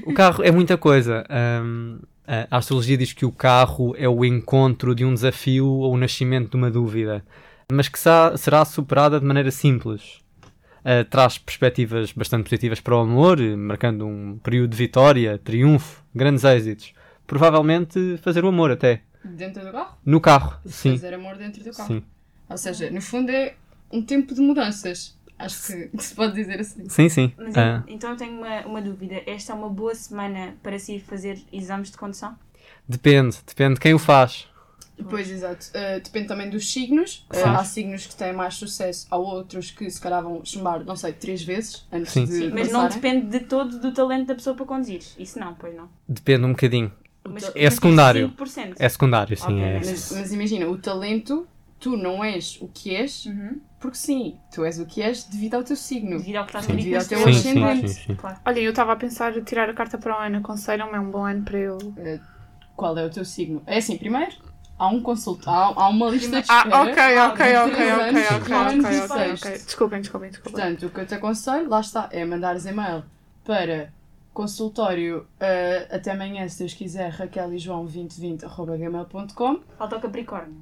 [SPEAKER 7] o carro é muita coisa. Hum, a a astrologia diz que o carro é o encontro de um desafio ou o nascimento de uma dúvida, mas que sa- será superada de maneira simples. Uh, traz perspectivas bastante positivas para o amor, eh, marcando um período de vitória, triunfo, grandes êxitos. Provavelmente fazer o amor até.
[SPEAKER 6] Dentro do carro?
[SPEAKER 7] No carro, sim.
[SPEAKER 6] Fazer amor dentro do carro.
[SPEAKER 7] Sim,
[SPEAKER 6] Ou seja, no fundo é um tempo de mudanças. Acho que se pode dizer assim.
[SPEAKER 7] sim. sim.
[SPEAKER 2] Mas en-
[SPEAKER 7] Ah,
[SPEAKER 2] então eu tenho uma, uma dúvida. Esta é uma boa semana para se ir fazer exames de condução?
[SPEAKER 7] depende, depende de quem o faz.
[SPEAKER 6] Pois, exato. Uh, depende também dos signos. Uh,
[SPEAKER 7] Sim.
[SPEAKER 6] há signos que têm mais sucesso, há outros que se calhar vão chumbar, não sei, três vezes antes
[SPEAKER 7] Sim.
[SPEAKER 6] de.
[SPEAKER 2] Sim, mas não
[SPEAKER 6] passarem.
[SPEAKER 2] depende de todo do talento da pessoa para conduzir. Isso não, pois não.
[SPEAKER 7] Depende um bocadinho.
[SPEAKER 2] Mas,
[SPEAKER 6] ta-
[SPEAKER 7] é secundário.
[SPEAKER 2] 5%.
[SPEAKER 7] É secundário, sim.
[SPEAKER 2] Ok,
[SPEAKER 7] é-
[SPEAKER 6] Mas, mas imagina, o talento, tu não és o que és,
[SPEAKER 2] Uhum.
[SPEAKER 6] porque sim, tu és o que és devido ao teu signo.
[SPEAKER 2] Devido ao que estás
[SPEAKER 7] Sim.
[SPEAKER 2] a
[SPEAKER 6] Devido ao teu
[SPEAKER 7] Sim, sim,
[SPEAKER 6] ascendente.
[SPEAKER 7] sim, sim.
[SPEAKER 2] Claro.
[SPEAKER 3] Olha, eu estava a pensar em tirar a carta para o ano. Aconselham-me, é um bom ano para eu.
[SPEAKER 6] Qual é o teu signo? É assim, primeiro, há um consulta, há, há uma lista de
[SPEAKER 3] Ah,
[SPEAKER 6] espera.
[SPEAKER 3] ok, ok,
[SPEAKER 6] há
[SPEAKER 3] ok,
[SPEAKER 6] três
[SPEAKER 3] ok,
[SPEAKER 6] um anos,
[SPEAKER 3] ok,
[SPEAKER 6] há anos
[SPEAKER 3] ok,
[SPEAKER 6] e
[SPEAKER 3] ok,
[SPEAKER 6] seis.
[SPEAKER 3] ok. Desculpem, desculpem, desculpem.
[SPEAKER 6] Portanto, o que eu te aconselho, lá está, é mandares e-mail para consultório eh, até amanhã, se Deus quiser, Raquel e João 2020.gmail.com
[SPEAKER 2] Falta o Capricórnio.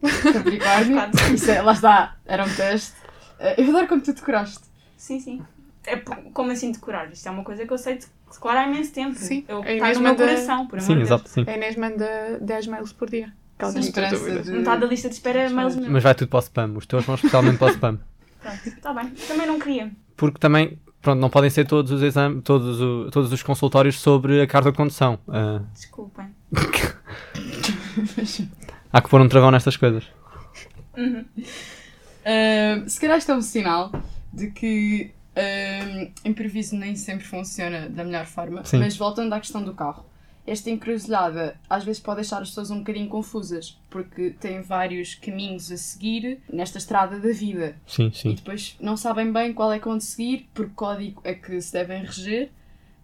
[SPEAKER 6] Capricórnio, isso é, lá está, era um teste. Eh, eu adoro como tu decoraste.
[SPEAKER 2] Sim, sim. É por- como assim decorar? Isto é uma coisa que eu sei decorar há imenso tempo.
[SPEAKER 3] Sim,
[SPEAKER 2] Eu,
[SPEAKER 3] é
[SPEAKER 2] está no
[SPEAKER 3] mesmo
[SPEAKER 2] meu
[SPEAKER 3] da-
[SPEAKER 2] coração, por amor
[SPEAKER 6] é
[SPEAKER 7] Sim,
[SPEAKER 2] de Deus.
[SPEAKER 7] exato, sim.
[SPEAKER 3] A Inês manda 10 mails por dia. Que ela
[SPEAKER 6] Sim,
[SPEAKER 3] tem muitas
[SPEAKER 6] esperança
[SPEAKER 3] dúvidas.
[SPEAKER 6] de-
[SPEAKER 2] Metade da lista de espera é mails meus.
[SPEAKER 7] Mas vai tudo para o spam. Os teus vão especialmente para o spam.
[SPEAKER 2] Pronto, está bem. Também não queria.
[SPEAKER 7] porque também pronto, não podem ser todos os exames, todos, o- todos os consultórios sobre a carta de condução. Ah,
[SPEAKER 2] Desculpem.
[SPEAKER 7] há que pôr um travão nestas coisas.
[SPEAKER 2] Uhum.
[SPEAKER 6] Eh, se calhar isto é um sinal de que eh, improviso nem sempre funciona da melhor forma,
[SPEAKER 7] Sim.
[SPEAKER 6] mas voltando à questão do carro. Esta encruzilhada às vezes pode deixar as pessoas um bocadinho confusas, porque tem vários caminhos a seguir nesta estrada da vida.
[SPEAKER 7] Sim,
[SPEAKER 6] e
[SPEAKER 7] sim.
[SPEAKER 6] depois não sabem bem qual é que vão de seguir, por que código é que se devem reger,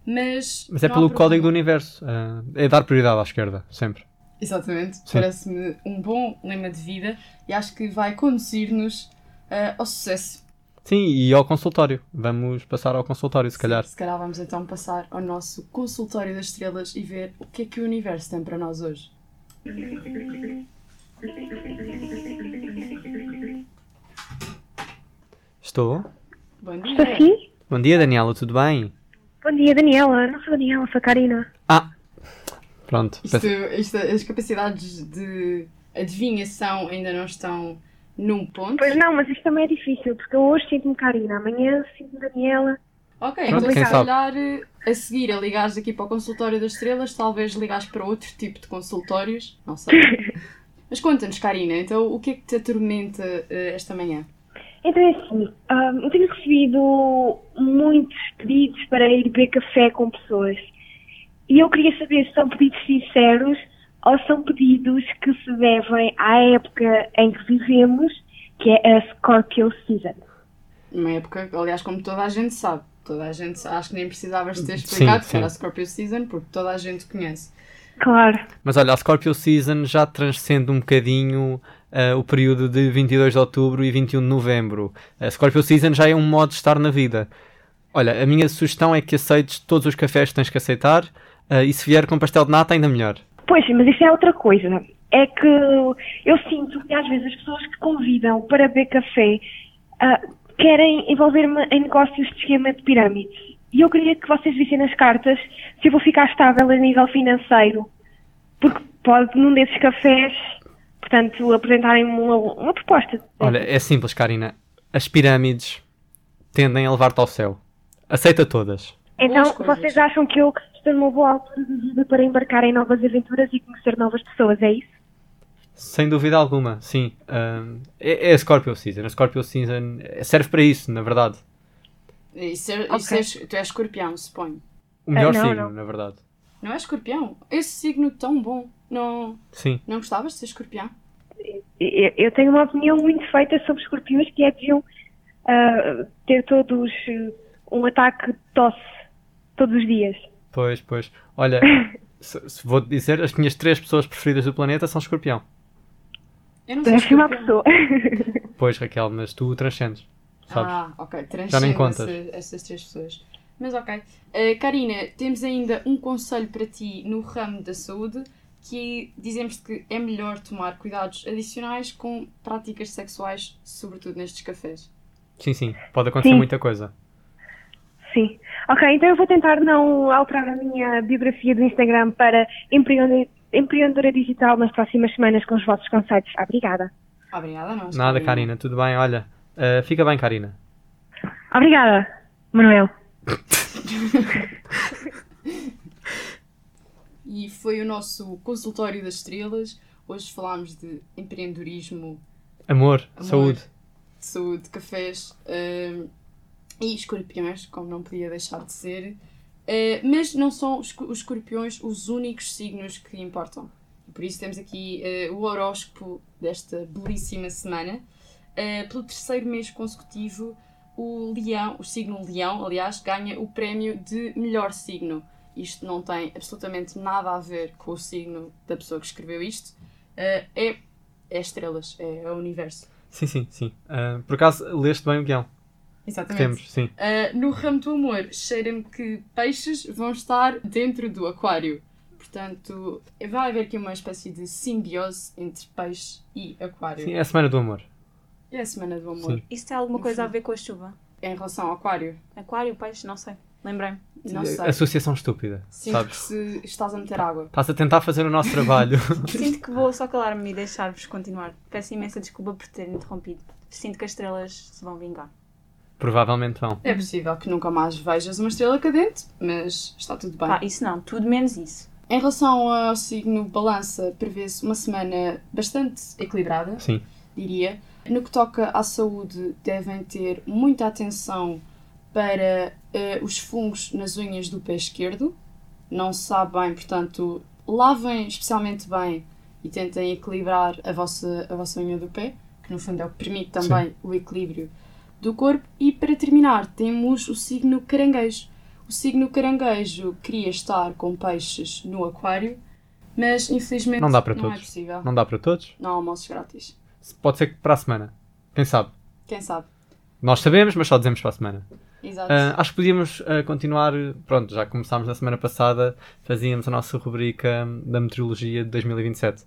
[SPEAKER 6] mas.
[SPEAKER 7] Mas é
[SPEAKER 6] não há
[SPEAKER 7] pelo
[SPEAKER 6] problema.
[SPEAKER 7] código do universo. Ah, é dar prioridade à esquerda, sempre.
[SPEAKER 6] Exatamente, parece-me um bom lema de vida e acho que vai conduzir-nos ah, ao sucesso.
[SPEAKER 7] Sim, e ao consultório. Vamos passar ao consultório, se calhar.
[SPEAKER 6] Se calhar vamos então passar ao nosso consultório das estrelas e ver o que é que o universo tem para nós hoje.
[SPEAKER 7] Estou.
[SPEAKER 6] Bom
[SPEAKER 5] Estou
[SPEAKER 6] dia!
[SPEAKER 5] sim?
[SPEAKER 7] Bom dia, Daniela, tudo bem?
[SPEAKER 5] Bom dia, Daniela. Não sou Daniela, sou Karina.
[SPEAKER 7] Ah! Pronto.
[SPEAKER 6] Isto, isto- as capacidades de adivinhação ainda não estão num ponto.
[SPEAKER 5] Pois não, mas isto também é difícil, porque eu hoje sinto-me Karina, amanhã sinto-me Daniela.
[SPEAKER 6] Ok,
[SPEAKER 7] Pronto,
[SPEAKER 6] então
[SPEAKER 7] quem
[SPEAKER 6] se
[SPEAKER 7] sabe.
[SPEAKER 6] calhar eh, a seguir a ligares aqui para o consultório das estrelas, talvez ligares para outro tipo de consultórios, não sei. Mas conta-nos, Karina, então o que é que te atormenta eh, esta manhã?
[SPEAKER 5] Então é assim, hum, eu tenho recebido muitos pedidos para ir beber café com pessoas. E eu queria saber se são pedidos sinceros ou são pedidos que se devem à época em que vivemos, que é a Scorpio Season.
[SPEAKER 6] Uma época, aliás, como toda a gente sabe, toda a gente, acho que nem precisavas de ter explicado
[SPEAKER 7] sim.
[SPEAKER 6] que era a Scorpio Season, porque toda a gente conhece.
[SPEAKER 5] Claro.
[SPEAKER 7] Mas olha, a Scorpio Season já transcende um bocadinho ah, o período de 22 de outubro e 21 de novembro. A Scorpio Season já é um modo de estar na vida. Olha, a minha sugestão é que aceites todos os cafés que tens que aceitar ah, e se vier com pastel de nata, ainda melhor.
[SPEAKER 5] Pois, mas isso é outra coisa. É que eu sinto que às vezes as pessoas que convidam para beber café ah, querem envolver-me em negócios de esquema de pirâmides. E eu queria que vocês vissem nas cartas se eu vou ficar estável a nível financeiro. Porque pode, num desses cafés, portanto, apresentarem-me uma, uma proposta.
[SPEAKER 7] Olha, é simples, Karina. As pirâmides tendem a levar-te ao céu. Aceita todas.
[SPEAKER 5] então,
[SPEAKER 6] boas coisas.
[SPEAKER 5] vocês acham que eu estou numa boa altura de vida para embarcar em novas aventuras e conhecer novas pessoas, é isso?
[SPEAKER 7] Sem dúvida alguma, sim. Ahm, é, é a Scorpio Season. A Scorpio Season eh, serve para isso, na verdade.
[SPEAKER 6] E ser, e
[SPEAKER 5] Ok.
[SPEAKER 6] seres- tu és escorpião, suponho.
[SPEAKER 7] O melhor
[SPEAKER 5] É, não,
[SPEAKER 7] signo,
[SPEAKER 5] não.
[SPEAKER 7] na verdade.
[SPEAKER 6] Não és escorpião? Esse signo tão bom. Não,
[SPEAKER 7] Sim.
[SPEAKER 6] não gostavas de ser escorpião?
[SPEAKER 5] Eu eu tenho uma opinião muito feita sobre escorpiões que é deviam ah, ter todos eh, um ataque de tosse todos os dias.
[SPEAKER 7] Pois, pois. Olha, se, se vou dizer, as minhas três pessoas preferidas do planeta são escorpião.
[SPEAKER 6] Eu não
[SPEAKER 5] Deve ser é uma
[SPEAKER 6] escorpião.
[SPEAKER 5] pessoa.
[SPEAKER 7] Pois, Raquel, mas tu transcendes, sabes?
[SPEAKER 6] Ah, ok.
[SPEAKER 7] Já nem
[SPEAKER 6] Transcende
[SPEAKER 7] contas.
[SPEAKER 6] essa- essas três pessoas. Mas ok. Eh, Karina, temos ainda um conselho para ti no ramo da saúde, que dizemos que é melhor tomar cuidados adicionais com práticas sexuais, sobretudo nestes cafés.
[SPEAKER 7] Sim, sim. Pode acontecer
[SPEAKER 5] Sim.
[SPEAKER 7] muita coisa.
[SPEAKER 5] Sim. Ok, então eu vou tentar não alterar a minha biografia do Instagram para empreende- empreendedora digital nas próximas semanas com os vossos conselhos. Ah, obrigada.
[SPEAKER 6] Obrigada a nós.
[SPEAKER 7] Nada, Karina, tudo bem. Olha, ah, fica bem, Karina.
[SPEAKER 5] Obrigada, Manuel.
[SPEAKER 6] E foi o nosso consultório das estrelas. Hoje falámos de empreendedorismo,
[SPEAKER 7] Amor,
[SPEAKER 6] Amor.
[SPEAKER 7] saúde.
[SPEAKER 6] de saúde, cafés hum, e escorpiões, como não podia deixar de ser. Eh, mas não são os esco- os escorpiões os únicos signos que importam. Por isso temos aqui eh, o horóscopo desta belíssima semana. Eh, pelo terceiro mês consecutivo, o leão, o signo leão, aliás, ganha o prémio de melhor signo. Isto não tem absolutamente nada a ver com o signo da pessoa que escreveu isto. Eh, é, é estrelas, é, é o universo.
[SPEAKER 7] Sim, sim, sim. Ah, por acaso, leste bem o guião que
[SPEAKER 6] Exatamente.
[SPEAKER 7] temos, sim.
[SPEAKER 6] Uh, no ramo do amor, cheira-me que peixes vão estar dentro do aquário. Portanto, vai haver aqui uma espécie de simbiose entre peixe e aquário.
[SPEAKER 7] Sim, é a semana do amor.
[SPEAKER 6] É a semana do amor.
[SPEAKER 7] Sim.
[SPEAKER 2] Isso tem é alguma coisa a ver com a chuva?
[SPEAKER 6] Em relação ao aquário,
[SPEAKER 2] Aquário, peixe, não sei. Lembrei-me.
[SPEAKER 6] não sei.
[SPEAKER 7] Associação estúpida,
[SPEAKER 6] Sinto
[SPEAKER 7] sabes?
[SPEAKER 6] que se estás a meter água.
[SPEAKER 7] Estás a tentar fazer o nosso trabalho.
[SPEAKER 2] Sinto que vou só calar-me e deixar-vos continuar. Peço imensa desculpa por ter interrompido. Sinto que as estrelas se vão vingar.
[SPEAKER 7] Provavelmente vão.
[SPEAKER 6] É possível que nunca mais vejas uma estrela cadente, mas está tudo bem.
[SPEAKER 2] Pá, isso não, tudo menos isso.
[SPEAKER 6] Em relação ao signo balança, prevê-se uma semana bastante equilibrada.
[SPEAKER 7] Sim.
[SPEAKER 6] diria. No que toca à saúde, devem ter muita atenção para eh, os fungos nas unhas do pé esquerdo. Não se sabe bem, portanto, lavem especialmente bem e tentem equilibrar a vossa, a vossa unha do pé, que no fundo é o que permite também o equilíbrio do corpo. E para terminar, temos o signo caranguejo. O signo caranguejo queria estar com peixes no aquário, mas infelizmente
[SPEAKER 7] Não dá para
[SPEAKER 6] é
[SPEAKER 7] todos.
[SPEAKER 6] possível.
[SPEAKER 7] Não dá para todos?
[SPEAKER 6] Não há almoços grátis.
[SPEAKER 7] Pode ser que para a semana. Quem sabe?
[SPEAKER 6] Quem sabe?
[SPEAKER 7] Nós sabemos, mas só dizemos para a semana.
[SPEAKER 6] Exato.
[SPEAKER 7] Ah, acho que podíamos ah, continuar. Pronto, já começámos na semana passada, fazíamos a nossa rubrica hum, da meteorologia de 2027.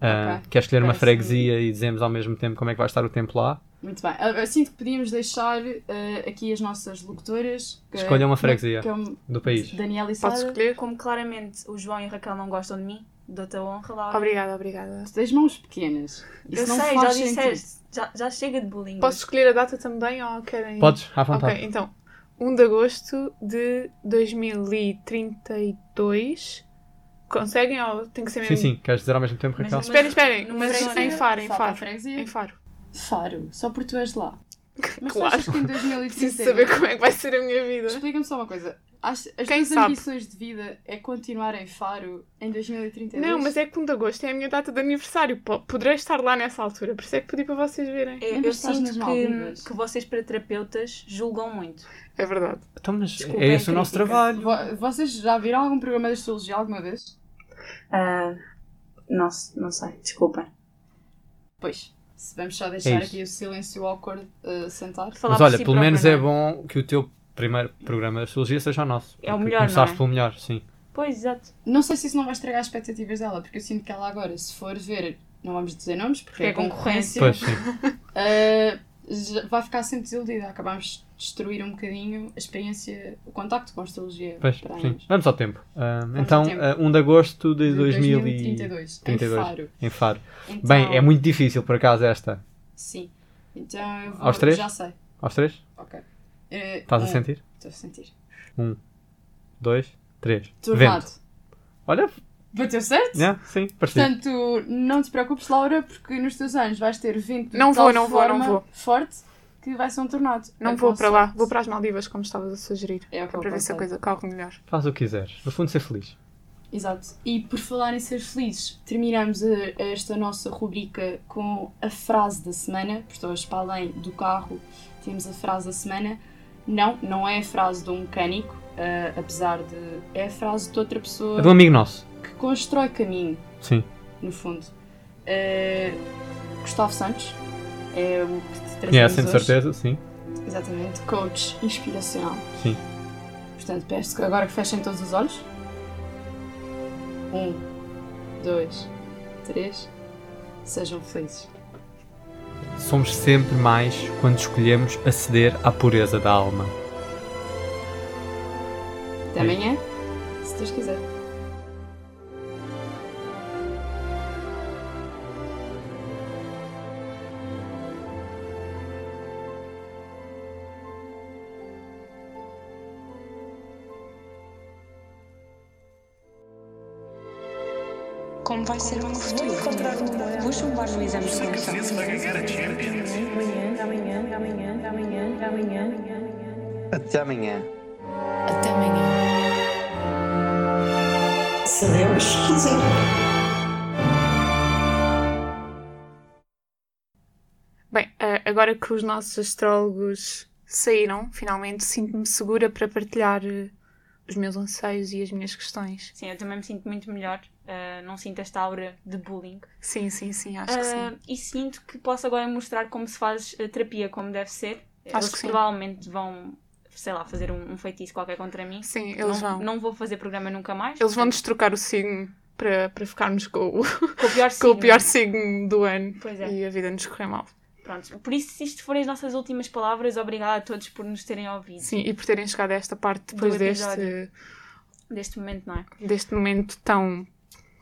[SPEAKER 7] Ah,
[SPEAKER 6] Ok.
[SPEAKER 7] Que é escolher uma
[SPEAKER 6] Parece-me-
[SPEAKER 7] freguesia e dizemos ao mesmo tempo como é que vai estar o tempo lá.
[SPEAKER 6] Muito bem. Eu, eu sinto que podíamos deixar eh, aqui as nossas locutoras. Que,
[SPEAKER 7] Escolham uma freguesia
[SPEAKER 6] que é um-
[SPEAKER 7] do país.
[SPEAKER 6] Daniela e
[SPEAKER 3] Posso
[SPEAKER 6] Sara.
[SPEAKER 3] escolher?
[SPEAKER 2] Como claramente o João e a Raquel não gostam de mim, dou-te a honra, Laura.
[SPEAKER 3] Obrigada, obrigada.
[SPEAKER 6] Tu tens mãos pequenas. Isso
[SPEAKER 2] Eu
[SPEAKER 6] não
[SPEAKER 2] sei, já
[SPEAKER 6] faz sentido.
[SPEAKER 2] disseste. Já, já chega de bullying.
[SPEAKER 3] Posso escolher a data também ou querem.
[SPEAKER 7] Podes, à vontade.
[SPEAKER 3] Ok, então. 1 de agosto de 2032. Conseguem ou tem que ser
[SPEAKER 7] Sim,
[SPEAKER 3] mesmo?
[SPEAKER 7] sim, queres dizer ao mesmo tempo,
[SPEAKER 2] Mas-
[SPEAKER 7] Raquel?
[SPEAKER 3] Esperem, esperem.
[SPEAKER 2] Numa
[SPEAKER 3] Mas
[SPEAKER 2] freguesia.
[SPEAKER 3] em Faro, em
[SPEAKER 6] Salta a
[SPEAKER 3] Faro.
[SPEAKER 6] freguesia.
[SPEAKER 3] Em Faro.
[SPEAKER 6] Faro, só porque tu és lá. Mas tu
[SPEAKER 3] Claro.
[SPEAKER 6] achas que em
[SPEAKER 3] Preciso
[SPEAKER 6] 2036...
[SPEAKER 3] saber como é que vai ser a minha vida.
[SPEAKER 6] Explica-me só uma coisa. As, as
[SPEAKER 3] Quem
[SPEAKER 6] tuas
[SPEAKER 3] sabe?
[SPEAKER 6] ambições de vida é continuar em Faro em 2032?
[SPEAKER 3] Não, mas é que 1 de agosto é a minha data de aniversário. Po- Poderei estar lá nessa altura, por isso é que pedi para vocês verem.
[SPEAKER 2] É, Eu,
[SPEAKER 6] Lembras
[SPEAKER 2] eu
[SPEAKER 6] que estás
[SPEAKER 2] sinto
[SPEAKER 6] nas
[SPEAKER 2] que,
[SPEAKER 6] Maldivas?
[SPEAKER 2] que vocês, para terapeutas, julgam muito.
[SPEAKER 3] É verdade.
[SPEAKER 7] Então, mas
[SPEAKER 2] Desculpa,
[SPEAKER 7] é esse o
[SPEAKER 2] é
[SPEAKER 7] nosso
[SPEAKER 2] crítica.
[SPEAKER 7] trabalho.
[SPEAKER 6] Vo- Vocês já viram algum programa de astrologia alguma vez? Ah,
[SPEAKER 2] não, não sei, desculpem.
[SPEAKER 6] Pois. Se vamos só deixar
[SPEAKER 7] É isso.
[SPEAKER 6] aqui o silêncio ao cor eh, sentar.
[SPEAKER 7] Mas olha, pelo menos é bom que o teu primeiro programa de astrologia seja o nosso.
[SPEAKER 2] É o
[SPEAKER 7] porque
[SPEAKER 2] melhor, não
[SPEAKER 7] Começaste
[SPEAKER 2] é?
[SPEAKER 7] pelo melhor, sim.
[SPEAKER 2] Pois, exato.
[SPEAKER 6] Não sei se isso não vai estragar as expectativas dela, porque eu sinto que ela agora, se for ver, não vamos dizer nomes,
[SPEAKER 2] Porque
[SPEAKER 6] porque,
[SPEAKER 2] é
[SPEAKER 6] é concorrência,
[SPEAKER 7] Pois, sim.
[SPEAKER 6] eh, já- vai ficar sempre desiludida. Acabamos de destruir um bocadinho a experiência, o contacto com a astrologia.
[SPEAKER 7] Pois,
[SPEAKER 6] para
[SPEAKER 7] sim.
[SPEAKER 6] ambos.
[SPEAKER 7] Vamos ao tempo. Ah, então,
[SPEAKER 6] ao tempo.
[SPEAKER 7] ah, 1 de agosto de,
[SPEAKER 6] De
[SPEAKER 7] 2032.
[SPEAKER 6] 2032.
[SPEAKER 7] 32.
[SPEAKER 6] Em Faro.
[SPEAKER 7] Em Faro.
[SPEAKER 6] É Então,
[SPEAKER 7] Bem, é muito difícil, por acaso, esta.
[SPEAKER 6] Sim. Então eu vou.
[SPEAKER 7] Aos três?
[SPEAKER 6] Já sei.
[SPEAKER 7] Aos três?
[SPEAKER 6] Ok. Eh,
[SPEAKER 7] Estás a
[SPEAKER 6] um,
[SPEAKER 7] sentir?
[SPEAKER 6] Estou a sentir.
[SPEAKER 7] Dois, três.
[SPEAKER 6] Tornado.
[SPEAKER 7] Vento. Olha,
[SPEAKER 6] Bateu certo?
[SPEAKER 7] yeah, sim, parecido.
[SPEAKER 6] Portanto, não te preocupes, Laura, porque nos teus anos vais ter vento de
[SPEAKER 3] Não
[SPEAKER 6] tal
[SPEAKER 3] vou, não vou, não
[SPEAKER 6] forma
[SPEAKER 3] vou.
[SPEAKER 6] forte que vai ser um tornado.
[SPEAKER 3] Não
[SPEAKER 6] É
[SPEAKER 3] vou
[SPEAKER 6] com
[SPEAKER 3] para lá,
[SPEAKER 6] sorte.
[SPEAKER 3] vou para as Maldivas, como estavas a sugerir.
[SPEAKER 6] É o
[SPEAKER 3] É
[SPEAKER 6] que eu
[SPEAKER 3] para ver se a
[SPEAKER 6] aconselho.
[SPEAKER 3] coisa corre melhor.
[SPEAKER 7] Faz o que quiseres. No fundo, ser feliz.
[SPEAKER 6] Exato. E por falar em ser felizes, terminamos a- esta nossa rubrica com a frase da semana. Pessoas para além do carro, temos a frase da semana. Não, não é a frase de um mecânico, ah, apesar de. É a frase de outra pessoa
[SPEAKER 7] É de um amigo nosso.
[SPEAKER 6] que constrói caminho.
[SPEAKER 7] Sim.
[SPEAKER 6] no fundo. Eh, Gustavo Santos é o que te trazemos
[SPEAKER 7] Yeah, sem
[SPEAKER 6] hoje.
[SPEAKER 7] certeza, sim.
[SPEAKER 6] Exatamente, coach inspiracional.
[SPEAKER 7] Sim.
[SPEAKER 6] Portanto, peço que agora que fechem todos os olhos. Um, dois, três. Sejam felizes.
[SPEAKER 7] Somos sempre mais quando escolhemos aceder à pureza da alma.
[SPEAKER 6] Até amanhã, se Deus quiser.
[SPEAKER 1] Como vai ser o meu futuro? Vou chumbar no exame de seleção.
[SPEAKER 4] Até amanhã.
[SPEAKER 8] Até amanhã. Se Deus quiser.
[SPEAKER 3] Bem, eh, agora que os nossos astrólogos saíram, finalmente sinto-me segura para partilhar eh, os meus anseios e as minhas questões.
[SPEAKER 2] Sim, eu também me sinto muito melhor. ah, não sinto esta aura de bullying.
[SPEAKER 3] Sim, sim, sim, acho que
[SPEAKER 2] Ah,
[SPEAKER 3] sim.
[SPEAKER 2] E sinto que posso agora mostrar como se faz a terapia, como deve ser.
[SPEAKER 3] Acho
[SPEAKER 2] Eles
[SPEAKER 3] que sim.
[SPEAKER 2] provavelmente vão, sei lá, fazer um, um feitiço qualquer contra mim.
[SPEAKER 3] Sim, eles
[SPEAKER 2] não,
[SPEAKER 3] vão.
[SPEAKER 2] Não vou fazer programa nunca mais.
[SPEAKER 3] Eles vão-nos trocar o signo para, para ficarmos com o,
[SPEAKER 2] Com o pior
[SPEAKER 3] com o
[SPEAKER 2] signo.
[SPEAKER 3] pior signo do ano
[SPEAKER 2] Pois é.
[SPEAKER 3] e a vida nos correr mal.
[SPEAKER 2] Pronto. Por isso, se isto forem as nossas últimas palavras, obrigada a todos por nos terem ouvido.
[SPEAKER 3] Sim, e por terem chegado a esta parte depois
[SPEAKER 2] Do
[SPEAKER 3] deste,
[SPEAKER 2] Deste momento, não é?
[SPEAKER 3] deste momento tão,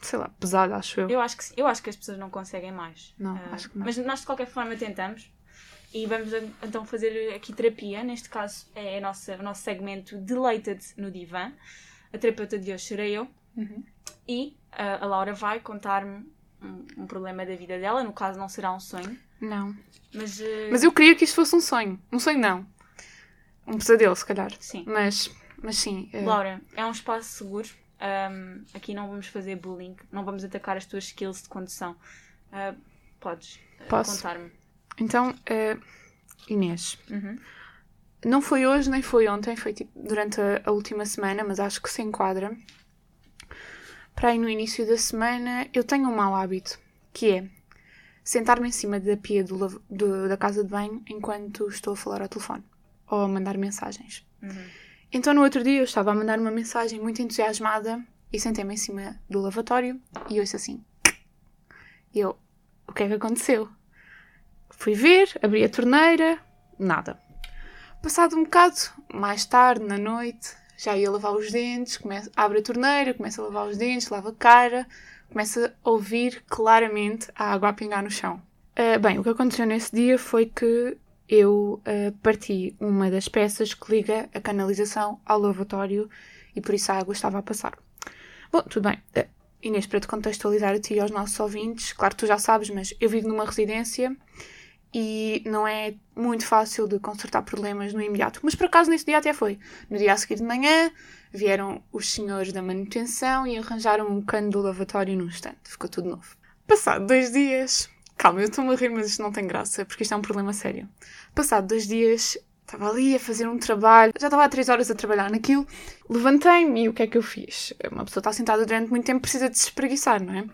[SPEAKER 3] sei lá, pesado, acho eu.
[SPEAKER 2] Eu acho que, sim. eu acho que as pessoas não conseguem mais.
[SPEAKER 3] Não,
[SPEAKER 2] Ah,
[SPEAKER 3] acho que não.
[SPEAKER 2] Mas nós de qualquer forma tentamos. E vamos en- então fazer aqui terapia. Neste caso é a nossa, o nosso segmento Deleted no Divã. A terapeuta de hoje serei eu.
[SPEAKER 3] Uhum.
[SPEAKER 2] E ah, a Laura vai contar-me um, um problema da vida dela. No caso, não será um sonho.
[SPEAKER 3] Não.
[SPEAKER 2] Mas, ah,
[SPEAKER 3] Mas eu queria que isto fosse um sonho. Um sonho não. Um pesadelo, se calhar.
[SPEAKER 2] Sim.
[SPEAKER 3] Mas, mas sim. eh,
[SPEAKER 2] Laura, é um espaço seguro. Ahm, aqui não vamos fazer bullying. Não vamos atacar as tuas skills de condução. Ah, podes ah,
[SPEAKER 3] Posso.
[SPEAKER 2] contar-me.
[SPEAKER 3] Então, eh, Inês,
[SPEAKER 2] Uhum.
[SPEAKER 3] não foi hoje nem foi ontem, foi tipo, durante a, a última semana, mas acho que se enquadra. Para aí no início da semana, eu tenho um mau hábito, que é sentar-me em cima da pia do lav- do- da casa de banho enquanto estou a falar ao telefone ou a mandar mensagens.
[SPEAKER 2] Uhum.
[SPEAKER 3] Então, no outro dia, eu estava a mandar uma mensagem muito entusiasmada e sentei-me em cima do lavatório e ouço assim. E eu, o que é que aconteceu? Fui ver, abri a torneira, nada. Passado um bocado, mais tarde, na noite, já ia lavar os dentes, começo, abre a torneira, começa a lavar os dentes, lava a cara, começa a ouvir claramente a água a pingar no chão. Ah, bem, o que aconteceu nesse dia foi que eu ah, parti uma das peças que liga a canalização ao lavatório e por isso a água estava a passar. Bom, tudo bem. Ah, Inês, para te contextualizar a ti e aos nossos ouvintes, claro que tu já sabes, mas eu vivo numa residência e não é muito fácil de consertar problemas no imediato. Mas por acaso nesse dia até foi. No dia a seguir de manhã vieram os senhores da manutenção e arranjaram um cano do lavatório num instante. Ficou tudo novo. Passado dois dias. Calma, eu estou-me a rir, mas isto não tem graça, porque isto é um problema sério. Passado dois dias, estava ali a fazer um trabalho, já estava há três horas a trabalhar naquilo, levantei-me e o que é que eu fiz? Uma pessoa está sentada durante muito tempo, precisa de se espreguiçar, não é?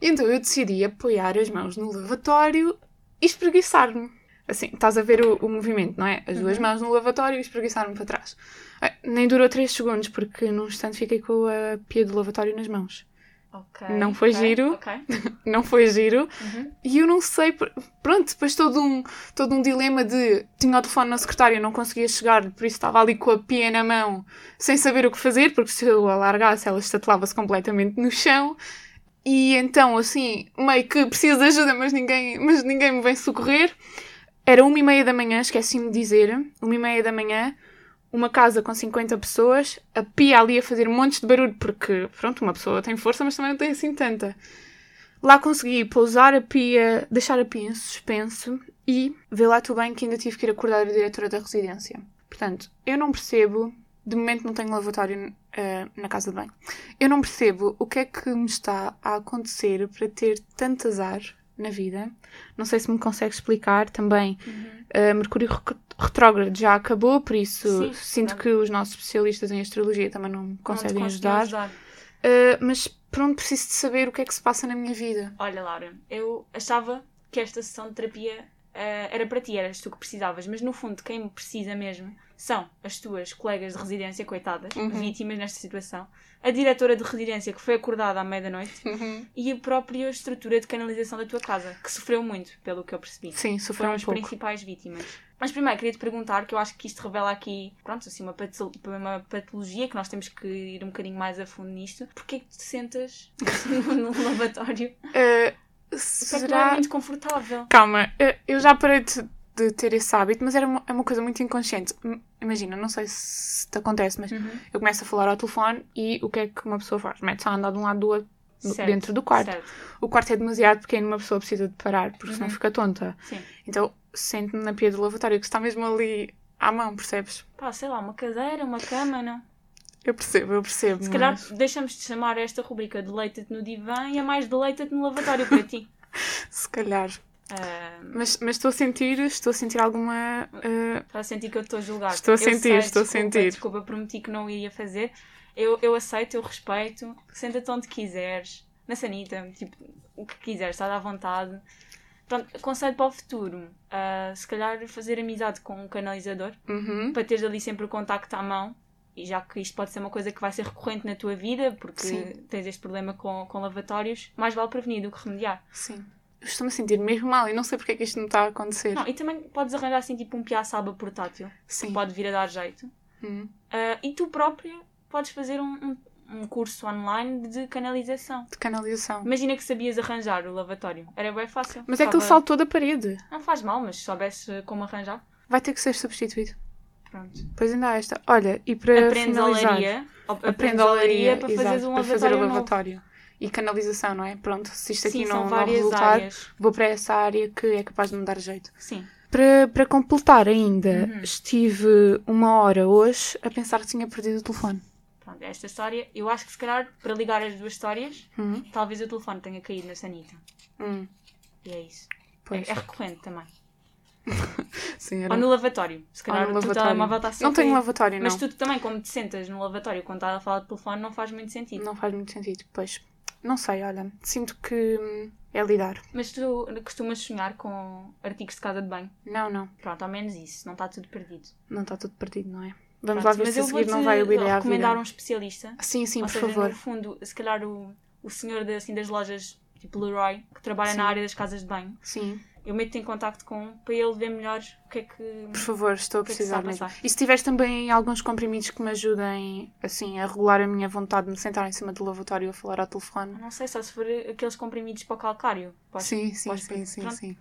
[SPEAKER 3] Então eu decidi apoiar as mãos no lavatório e espreguiçar-me. Assim, estás a ver o, o movimento, não é? As duas mãos no lavatório e espreguiçar-me para trás. Ah, Nem durou três segundos, porque num instante fiquei com a pia do lavatório nas mãos.
[SPEAKER 2] Ok.
[SPEAKER 3] Não foi
[SPEAKER 2] ok,
[SPEAKER 3] giro.
[SPEAKER 2] ok.
[SPEAKER 3] Não foi giro.
[SPEAKER 2] Uhum.
[SPEAKER 3] E eu não sei. por- Pronto, depois todo um, todo um dilema de. Tinha o telefone na secretária, não conseguia chegar, por isso estava ali com a pia na mão, sem saber o que fazer, porque se eu alargasse, ela estatelava-se completamente no chão. E então, assim, meio que preciso de ajuda, mas ninguém, mas ninguém me vem socorrer. Era uma e meia da manhã, esqueci-me de dizer. Uma e meia da manhã, uma casa com 50 pessoas, a pia ali a fazer montes de barulho, porque, pronto, uma pessoa tem força, mas também não tem assim tanta. Lá consegui pousar a pia, deixar a pia em suspenso e vê lá tu bem que ainda tive que ir acordar a diretora da residência. Portanto, eu não percebo, de momento não tenho lavatório eh, na casa de banho, eu não percebo o que é que me está a acontecer para ter tanto azar na vida. Não sei se me consegue explicar também.
[SPEAKER 2] Uhum.
[SPEAKER 3] eh, Mercúrio rec- retrógrado já acabou, por isso
[SPEAKER 2] Sim,
[SPEAKER 3] sinto
[SPEAKER 2] claro.
[SPEAKER 3] que os nossos especialistas em astrologia também não me
[SPEAKER 2] Não te
[SPEAKER 3] conseguem
[SPEAKER 2] consegui
[SPEAKER 3] ajudar. Eh, mas pronto, preciso de saber o que é que se passa na minha vida.
[SPEAKER 2] Olha, Laura, eu achava que esta sessão de terapia ah, era para ti, eras tu que precisavas, mas no fundo quem precisa mesmo são as tuas colegas de residência, coitadas,
[SPEAKER 3] Uhum.
[SPEAKER 2] vítimas nesta situação, a diretora de residência que foi acordada à meia-noite
[SPEAKER 3] Uhum.
[SPEAKER 2] e a própria estrutura de canalização da tua casa, que sofreu muito, pelo que eu percebi.
[SPEAKER 3] Sim, sofreu
[SPEAKER 2] foram
[SPEAKER 3] um
[SPEAKER 2] as
[SPEAKER 3] pouco.
[SPEAKER 2] principais vítimas. Mas primeiro queria te perguntar, que eu acho que isto revela aqui, pronto, assim, uma, pato- uma patologia que nós temos que ir um bocadinho mais a fundo nisto. Porquê é que te sentas no lavatório?
[SPEAKER 3] Uh,
[SPEAKER 2] Isso é que não é
[SPEAKER 3] será...
[SPEAKER 2] muito confortável.
[SPEAKER 3] Calma, uh, eu já parei de, de ter esse hábito, mas era uma, é uma coisa muito inconsciente. Hum, Imagina, não sei se te acontece, mas eu começo a falar ao telefone e o que é que uma pessoa faz? Mete-se a andar de um lado do outro no-
[SPEAKER 2] Certo,
[SPEAKER 3] dentro do quarto.
[SPEAKER 2] Certo.
[SPEAKER 3] O quarto é demasiado pequeno, uma pessoa precisa de parar, porque senão
[SPEAKER 2] Uhum.
[SPEAKER 3] fica tonta.
[SPEAKER 2] Sim.
[SPEAKER 3] Então, sente-me na pia do lavatório, que está mesmo ali à mão, percebes?
[SPEAKER 2] Pá, sei lá, uma cadeira, uma cama, não?
[SPEAKER 3] Eu percebo, eu percebo.
[SPEAKER 2] Se calhar
[SPEAKER 3] mas-
[SPEAKER 2] deixamos de chamar esta rubrica Deleita-te no divã e a mais Deleita-te no lavatório para ti.
[SPEAKER 3] Se calhar.
[SPEAKER 2] Ah,
[SPEAKER 3] Mas, mas estou a sentir, estou a sentir alguma... uh,
[SPEAKER 2] Está Tá a sentir que eu estou a julgar.
[SPEAKER 3] Estou a
[SPEAKER 2] Eu
[SPEAKER 3] sentir,
[SPEAKER 2] sei,
[SPEAKER 3] estou a
[SPEAKER 2] desculpa,
[SPEAKER 3] sentir.
[SPEAKER 2] Desculpa, prometi que não iria fazer. Eu, eu aceito, eu respeito. Senta-te onde quiseres. Na sanita, tipo, o que quiseres, estás à vontade. Pronto, conselho para o futuro. ah, se calhar fazer amizade com um canalizador
[SPEAKER 3] uhum.
[SPEAKER 2] para teres ali sempre o contacto à mão. E já que isto pode ser uma coisa que vai ser recorrente na tua vida, porque
[SPEAKER 3] Sim.
[SPEAKER 2] tens este problema com, com lavatórios, mais vale prevenir do que remediar.
[SPEAKER 3] Sim. Eu estou-me a sentir mesmo mal e não sei porque é que isto me está a acontecer.
[SPEAKER 2] Não, e também podes arranjar assim tipo um piaçaba portátil,
[SPEAKER 3] Sim.
[SPEAKER 2] pode vir a dar jeito.
[SPEAKER 3] Hum.
[SPEAKER 2] Ah, e tu própria podes fazer um, um, um curso online de canalização.
[SPEAKER 3] De canalização.
[SPEAKER 2] Imagina que sabias arranjar o lavatório. Era Tá bem fácil.
[SPEAKER 3] Mas é que
[SPEAKER 2] Estava-
[SPEAKER 3] ele saltou da parede.
[SPEAKER 2] Não faz mal, mas se soubesse como arranjar,
[SPEAKER 3] Vai ter que ser substituído.
[SPEAKER 2] pronto.
[SPEAKER 3] Pois ainda há esta. Olha, e para
[SPEAKER 2] Aprendes
[SPEAKER 3] finalizar...
[SPEAKER 2] olaria. op- Aprendes
[SPEAKER 3] Aprendes
[SPEAKER 2] olaria
[SPEAKER 3] olaria,
[SPEAKER 2] para
[SPEAKER 3] exato,
[SPEAKER 2] fazeres um
[SPEAKER 3] para
[SPEAKER 2] lavatório,
[SPEAKER 3] fazer o
[SPEAKER 2] novo.
[SPEAKER 3] lavatório. E canalização, não é? Pronto, se isto aqui
[SPEAKER 2] Sim,
[SPEAKER 3] não,
[SPEAKER 2] são
[SPEAKER 3] não
[SPEAKER 2] várias
[SPEAKER 3] resultar,
[SPEAKER 2] áreas.
[SPEAKER 3] vou para essa área que é capaz de me dar jeito.
[SPEAKER 2] Sim.
[SPEAKER 3] Para, para completar ainda,
[SPEAKER 2] Uhum.
[SPEAKER 3] estive uma hora hoje a pensar que tinha perdido o telefone.
[SPEAKER 2] Pronto, esta história, eu acho que se calhar para ligar as duas histórias,
[SPEAKER 3] Hum.
[SPEAKER 2] talvez o telefone tenha caído na sanita.
[SPEAKER 3] Hum,
[SPEAKER 2] E é isso.
[SPEAKER 3] pois.
[SPEAKER 2] É, é recorrente também.
[SPEAKER 3] Sim, era-
[SPEAKER 2] Ou no lavatório. Se calhar
[SPEAKER 3] no
[SPEAKER 2] o teu
[SPEAKER 3] lavatório.
[SPEAKER 2] telemóvel está sempre
[SPEAKER 3] Não tenho um
[SPEAKER 2] aí.
[SPEAKER 3] lavatório, não.
[SPEAKER 2] Mas tu também, como te sentas no lavatório quando estás a falar de telefone, não faz muito sentido.
[SPEAKER 3] Não faz muito sentido, pois. Não sei, olha, sinto que hum, é lidar.
[SPEAKER 2] Mas tu costumas sonhar com artigos de casa de banho.
[SPEAKER 3] Não, não,
[SPEAKER 2] Pronto, ao menos isso, não está tudo perdido.
[SPEAKER 3] não está tudo perdido, não é? Vamos
[SPEAKER 2] Pronto,
[SPEAKER 3] lá ver
[SPEAKER 2] mas
[SPEAKER 3] se a
[SPEAKER 2] eu
[SPEAKER 3] seguir
[SPEAKER 2] vou-te
[SPEAKER 3] não vai o ideia à
[SPEAKER 2] recomendar
[SPEAKER 3] vida.
[SPEAKER 2] um especialista.
[SPEAKER 3] Sim, sim,
[SPEAKER 2] Ou
[SPEAKER 3] por
[SPEAKER 2] seja,
[SPEAKER 3] favor.
[SPEAKER 2] no fundo, se calhar o, o senhor de, assim, das lojas, tipo Leroy, que trabalha
[SPEAKER 3] Sim.
[SPEAKER 2] na área das casas de banho,
[SPEAKER 3] Sim,
[SPEAKER 2] eu meto-te em contacto com um para ele ver melhor o que é que...
[SPEAKER 3] por favor, estou a
[SPEAKER 2] que é que se está
[SPEAKER 3] precisar
[SPEAKER 2] a
[SPEAKER 3] mesmo.
[SPEAKER 2] passar?
[SPEAKER 3] E se tiveres também alguns comprimidos que me ajudem, assim, a regular a minha vontade de me sentar em cima do lavatório a falar ao telefone.
[SPEAKER 2] Não sei, só se for aqueles comprimidos para o calcário. Podes-
[SPEAKER 3] sim, sim,
[SPEAKER 2] podes-
[SPEAKER 3] sim, sim,
[SPEAKER 2] pronto.
[SPEAKER 3] sim.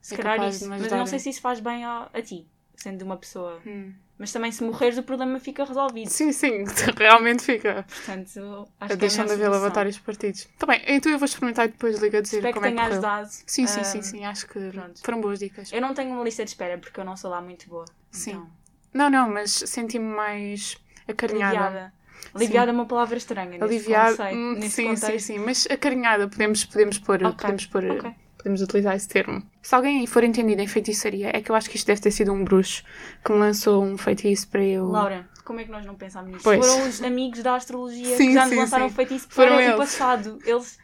[SPEAKER 2] Se
[SPEAKER 3] É
[SPEAKER 2] calhar
[SPEAKER 3] capaz de
[SPEAKER 2] isso.
[SPEAKER 3] me
[SPEAKER 2] Mas eu
[SPEAKER 3] ajudar. é.
[SPEAKER 2] não sei se isso faz bem a, a ti, sendo uma pessoa.
[SPEAKER 3] Hum.
[SPEAKER 2] Mas também se morreres o problema fica resolvido.
[SPEAKER 3] Sim, sim, realmente fica.
[SPEAKER 2] Portanto, acho
[SPEAKER 3] Acho
[SPEAKER 2] que é
[SPEAKER 3] Deixam
[SPEAKER 2] a
[SPEAKER 3] de
[SPEAKER 2] melhor
[SPEAKER 3] haver
[SPEAKER 2] solução.
[SPEAKER 3] lavatórios partidos. Tá bem, então eu vou experimentar e depois liga a dizer
[SPEAKER 2] Espero que
[SPEAKER 3] como é que
[SPEAKER 2] tenha
[SPEAKER 3] correu.
[SPEAKER 2] ajudado.
[SPEAKER 3] Sim, sim, sim,
[SPEAKER 2] Ah,
[SPEAKER 3] sim, acho que
[SPEAKER 2] pronto.
[SPEAKER 3] foram boas dicas.
[SPEAKER 2] Eu não tenho uma lista de espera porque eu não sou lá muito boa.
[SPEAKER 3] Sim.
[SPEAKER 2] Então,
[SPEAKER 3] Não, não, mas senti-me mais acarinhada.
[SPEAKER 2] aliviada. Aliviada é uma palavra estranha neste
[SPEAKER 3] Aliviada.
[SPEAKER 2] conceito,
[SPEAKER 3] hum,
[SPEAKER 2] neste
[SPEAKER 3] sim, sim,
[SPEAKER 2] contexto.
[SPEAKER 3] sim, mas acarinhada, podemos, podemos pôr,
[SPEAKER 2] Ok,
[SPEAKER 3] podemos pôr,
[SPEAKER 2] ok.
[SPEAKER 3] podemos utilizar esse termo. Se alguém for entendido em feitiçaria, é que eu acho que isto deve ter sido um bruxo que me lançou um feitiço para eu...
[SPEAKER 2] Laura, como é que nós não pensámos nisso?
[SPEAKER 3] Pois.
[SPEAKER 2] Foram os amigos da astrologia
[SPEAKER 3] Sim,
[SPEAKER 2] que já nos
[SPEAKER 3] sim,
[SPEAKER 2] lançaram
[SPEAKER 3] sim.
[SPEAKER 2] feitiço
[SPEAKER 3] Foram
[SPEAKER 2] para
[SPEAKER 3] eles.
[SPEAKER 2] o passado. Eles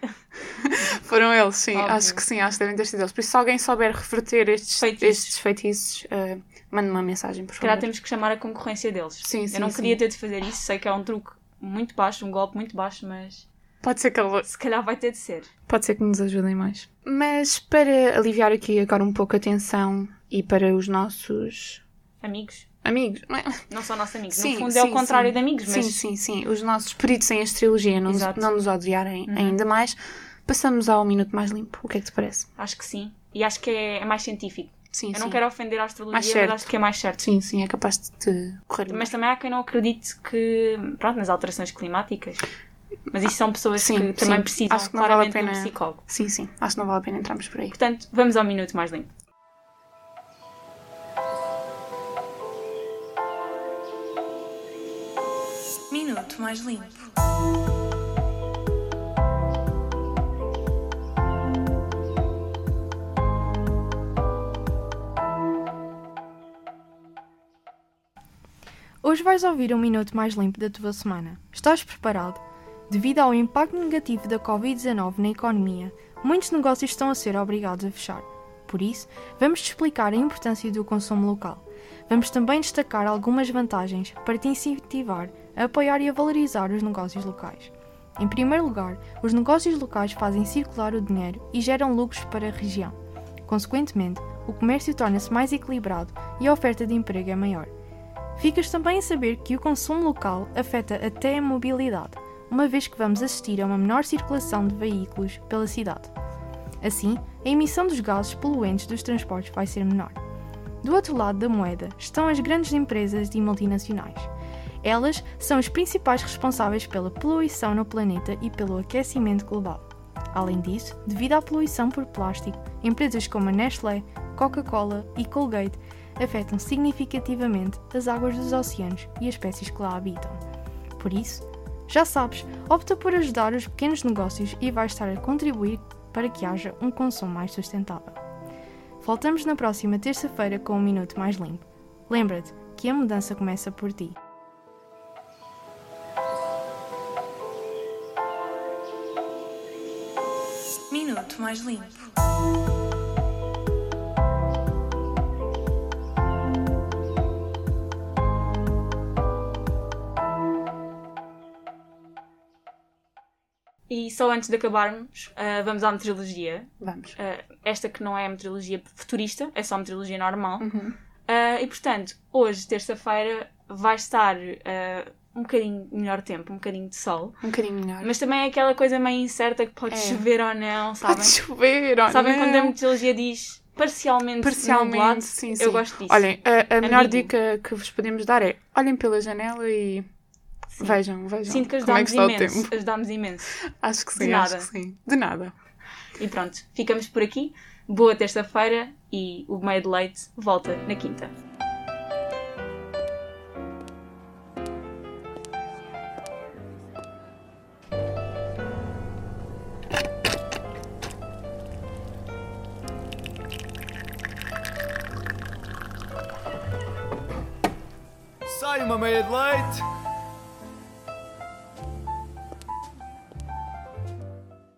[SPEAKER 3] Foram eles, sim,
[SPEAKER 2] Óbvio.
[SPEAKER 3] acho que sim, acho que devem ter sido eles. Por isso, se alguém souber reverter estes feitiços,
[SPEAKER 2] Feitiços.
[SPEAKER 3] estes feitiços ah, mande-me uma mensagem, por
[SPEAKER 2] se calhar
[SPEAKER 3] favor.
[SPEAKER 2] temos que chamar a concorrência deles.
[SPEAKER 3] Sim, sim,
[SPEAKER 2] Eu não
[SPEAKER 3] sim.
[SPEAKER 2] queria ter de fazer isso, sei que é um truque muito baixo, um golpe muito baixo, mas
[SPEAKER 3] Pode ser que ele
[SPEAKER 2] se calhar vai ter de ser.
[SPEAKER 3] Pode ser que nos ajudem mais. Mas para aliviar aqui agora um pouco a tensão e para os nossos
[SPEAKER 2] Amigos,
[SPEAKER 3] amigos. não é?
[SPEAKER 2] não são nossos amigos.
[SPEAKER 3] Sim,
[SPEAKER 2] no fundo é o
[SPEAKER 3] sim,
[SPEAKER 2] contrário
[SPEAKER 3] sim.
[SPEAKER 2] de amigos, mas
[SPEAKER 3] Sim, sim, sim. Os nossos peritos em astrologia não, nos-
[SPEAKER 2] Exato. Uhum.
[SPEAKER 3] não nos odiarem ainda mais. Passamos ao minuto mais limpo. O que é que te parece?
[SPEAKER 2] acho que sim. E acho que é, é mais científico.
[SPEAKER 3] Sim,
[SPEAKER 2] Eu
[SPEAKER 3] sim.
[SPEAKER 2] não quero ofender a astrologia,
[SPEAKER 3] Mais
[SPEAKER 2] mas
[SPEAKER 3] certo.
[SPEAKER 2] acho que é mais certo.
[SPEAKER 3] Sim, sim, é capaz de te correr. bem.
[SPEAKER 2] Mas também há quem não acredite que. Pronto, nas alterações climáticas. Mas isto são pessoas
[SPEAKER 3] Sim,
[SPEAKER 2] que também
[SPEAKER 3] sim.
[SPEAKER 2] precisam
[SPEAKER 3] Acho que não vale a
[SPEAKER 2] claramente de um
[SPEAKER 3] pena.
[SPEAKER 2] psicólogo.
[SPEAKER 3] Sim, sim. Acho que não vale a pena entrarmos por aí.
[SPEAKER 2] Portanto, vamos ao minuto mais limpo.
[SPEAKER 8] Minuto mais limpo.
[SPEAKER 9] Hoje vais ouvir um minuto mais limpo da tua semana. Estás preparado? Devido ao impacto negativo da Covid-19 na economia, muitos negócios estão a ser obrigados a fechar. Por isso, vamos te explicar a importância do consumo local. Vamos também destacar algumas vantagens para te incentivar a apoiar e a valorizar os negócios locais. Em primeiro lugar, os negócios locais fazem circular o dinheiro e geram lucros para a região. Consequentemente, o comércio torna-se mais equilibrado e a oferta de emprego é maior. Ficas também a saber que o consumo local afeta até a mobilidade, uma vez que vamos assistir a uma menor circulação de veículos pela cidade. Assim, a emissão dos gases poluentes dos transportes vai ser menor. Do outro lado da moeda estão as grandes empresas e multinacionais. Elas são as principais responsáveis pela poluição no planeta e pelo aquecimento global. Além disso, devido à poluição por plástico, empresas como a Nestlé, Coca-Cola e Colgate afetam significativamente as águas dos oceanos e as espécies que lá habitam. Por isso, já sabes, opta por ajudar os pequenos negócios e vais estar a contribuir para que haja um consumo mais sustentável. Voltamos na próxima terça-feira com um minuto mais limpo. Lembra-te que a mudança começa por ti.
[SPEAKER 8] Minuto mais limpo.
[SPEAKER 2] E só antes de acabarmos, ah, vamos à meteorologia.
[SPEAKER 3] Vamos.
[SPEAKER 2] Ah, esta que não é meteorologia futurista, é só meteorologia normal.
[SPEAKER 3] Uhum.
[SPEAKER 2] Ah, e portanto, hoje, terça-feira, vai estar ah, um bocadinho melhor tempo, um bocadinho de sol.
[SPEAKER 3] Um bocadinho melhor.
[SPEAKER 2] Mas também é aquela coisa meio incerta que pode
[SPEAKER 3] É.
[SPEAKER 2] chover ou não, sabem?
[SPEAKER 3] Pode chover, olha.
[SPEAKER 2] Sabem quando é a meteorologia diz parcialmente,
[SPEAKER 3] Parcialmente,
[SPEAKER 2] nublado?
[SPEAKER 3] sim, sim.
[SPEAKER 2] Eu gosto disso.
[SPEAKER 3] Olhem, a, a melhor
[SPEAKER 2] Amigo.
[SPEAKER 3] dica que vos podemos dar é olhem pela janela e vejam, vejam
[SPEAKER 2] Sinto que
[SPEAKER 3] como é
[SPEAKER 2] ajudámos
[SPEAKER 3] que está o
[SPEAKER 2] imenso.
[SPEAKER 3] tempo.
[SPEAKER 2] Ajudámos imenso.
[SPEAKER 3] Acho que
[SPEAKER 2] De
[SPEAKER 3] sim,
[SPEAKER 2] nada.
[SPEAKER 3] acho que sim. De nada.
[SPEAKER 2] E pronto, ficamos por aqui. Boa terça-feira e o Meio de Leite volta na quinta.
[SPEAKER 10] Sai uma meia de leite!